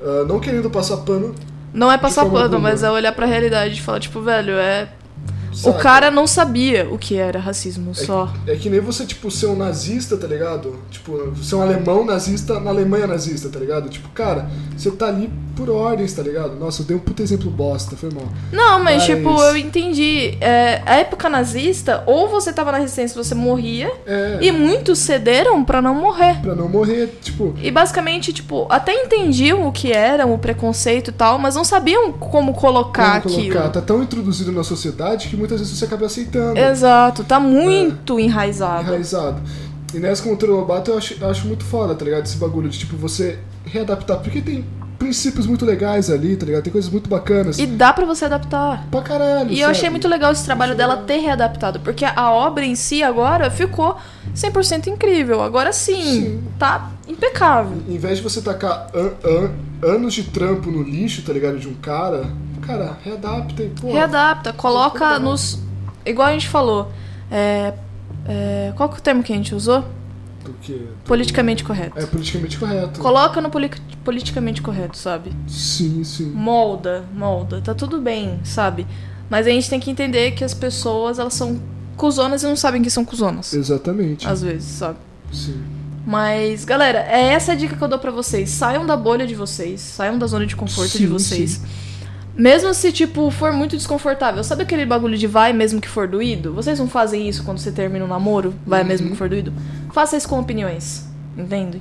Ah, não querendo passar pano, Não é passar De forma pano, alguma. mas é olhar pra realidade e falar, tipo, velho, é. saca? O cara não sabia o que era racismo, só. É que nem você, tipo, ser um nazista, tá ligado? Tipo, ser um alemão nazista na Alemanha nazista, tá ligado? Tipo, cara, você tá ali por ordens, tá ligado? Nossa, eu dei um puta exemplo bosta, foi mal. Não, mas, Mas- tipo, eu entendi. É, a época nazista, ou você tava na resistência, você morria, É, e muitos cederam pra não morrer. pra não morrer, tipo, E basicamente, tipo, até entendiam o que era o preconceito e tal, mas não sabiam como colocar, como colocar, aquilo. tá tão introduzido na sociedade que muitas vezes você acaba aceitando, Exato, tá muito enraizado. enraizado. E nessa contra o Lobato eu acho, eu acho muito foda, tá ligado? Esse bagulho de, tipo, você readaptar, porque tem princípios muito legais ali, tá ligado? Tem coisas muito bacanas. E dá pra você adaptar. Pra caralho, E eu achei sabe? muito legal esse trabalho dela ter readaptado, porque a obra em si agora ficou 100% incrível. Agora sim, Sim. tá impecável. Em vez de você tacar an- an- anos de trampo no lixo, tá ligado? De um cara, cara, readapta e pô. Readapta, coloca legal. nos. Igual a gente falou. É, é, qual que é o termo que a gente usou? Porque Politicamente correto. é politicamente correto. Coloca no poli- politicamente correto, sabe? Sim, sim. molda, molda, tá tudo bem, sabe? Mas a gente tem que entender que as pessoas, elas são cuzonas e não sabem que são cuzonas, Exatamente. às vezes, sabe? Sim. Mas, galera, é essa a dica que eu dou pra vocês. Saiam da bolha de vocês, saiam da zona de conforto de Sim, vocês. Mesmo se, tipo, for muito desconfortável. Sabe aquele bagulho de vai mesmo que for doído? Vocês não fazem isso quando você termina um namoro? Vai Uhum. mesmo que for doído? Faça isso com opiniões, entende?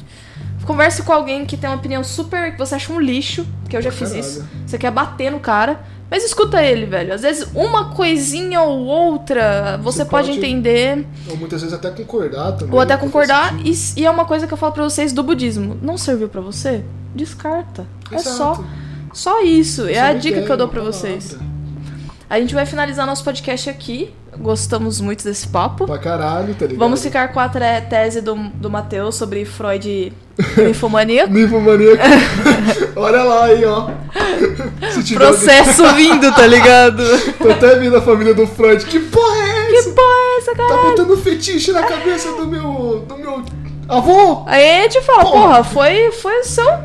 Converse com alguém que tem uma opinião super... que você acha um lixo, que eu já fiz Caralho. isso. Você quer bater no cara, mas escuta ele, velho. Às vezes uma coisinha ou outra você, Você pode pode- entender... Ou Então, muitas vezes até concordar também. Ou até né? concordar, e, e é uma coisa que eu falo pra vocês do budismo. Não serviu pra você? Descarta. É Exato. só, só isso. É Só a uma dica ideia, que eu dou uma pra vocês. palavra. A gente vai finalizar nosso podcast aqui. Gostamos muito desse papo. Pra caralho, tá ligado? Vamos ficar com a tre- tese do, do Matheus sobre Freud (laughs) ninfomaníaco. Nível maníaco. (laughs) (laughs) Olha lá aí, ó. Se tiver alguém- (laughs) Processo vindo, tá ligado? Tô até vindo da família do Freud. Que porra é que essa? porra é essa? cabeça, cara. Tá botando fetiche na cabeça do meu. do meu. avô! Aí te fala, Porra. porra, foi, foi o seu,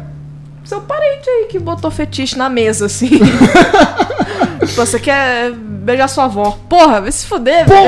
seu parente aí que botou fetiche na mesa, (laughs) assim. Tipo, Você quer beijar sua avó? Porra, vai se fuder, velho.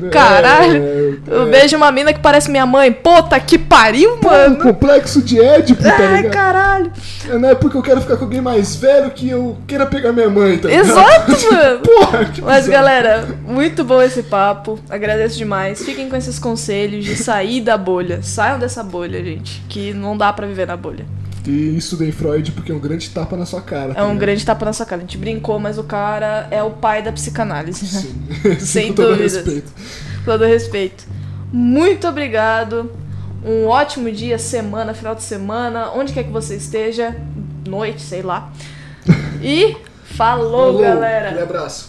Porra! Caralho. É, Eu beijo uma mina que parece minha mãe. Puta que pariu, é, um mano. complexo de Édipo, tá Ai, ligado? caralho. É, Não é porque eu quero ficar com alguém mais velho que eu queira pegar minha mãe, tá ligado? Exato, mano. (laughs) Porra, que Mas bizarro. galera, muito bom esse papo. Agradeço demais. Fiquem com esses conselhos de sair da bolha. Saiam dessa bolha, gente. Que não dá pra viver na bolha. E estudei Freud porque é um grande tapa na sua cara. É tá (laughs) um ligado? grande tapa na sua cara. A gente brincou, mas o cara é o pai da psicanálise. Sim. (laughs) Sem Com todo dúvidas. respeito. Todo respeito. Muito obrigado. Um ótimo dia, semana, final de semana, onde quer que você esteja, noite, sei lá. E falou, Falou, galera. Um abraço.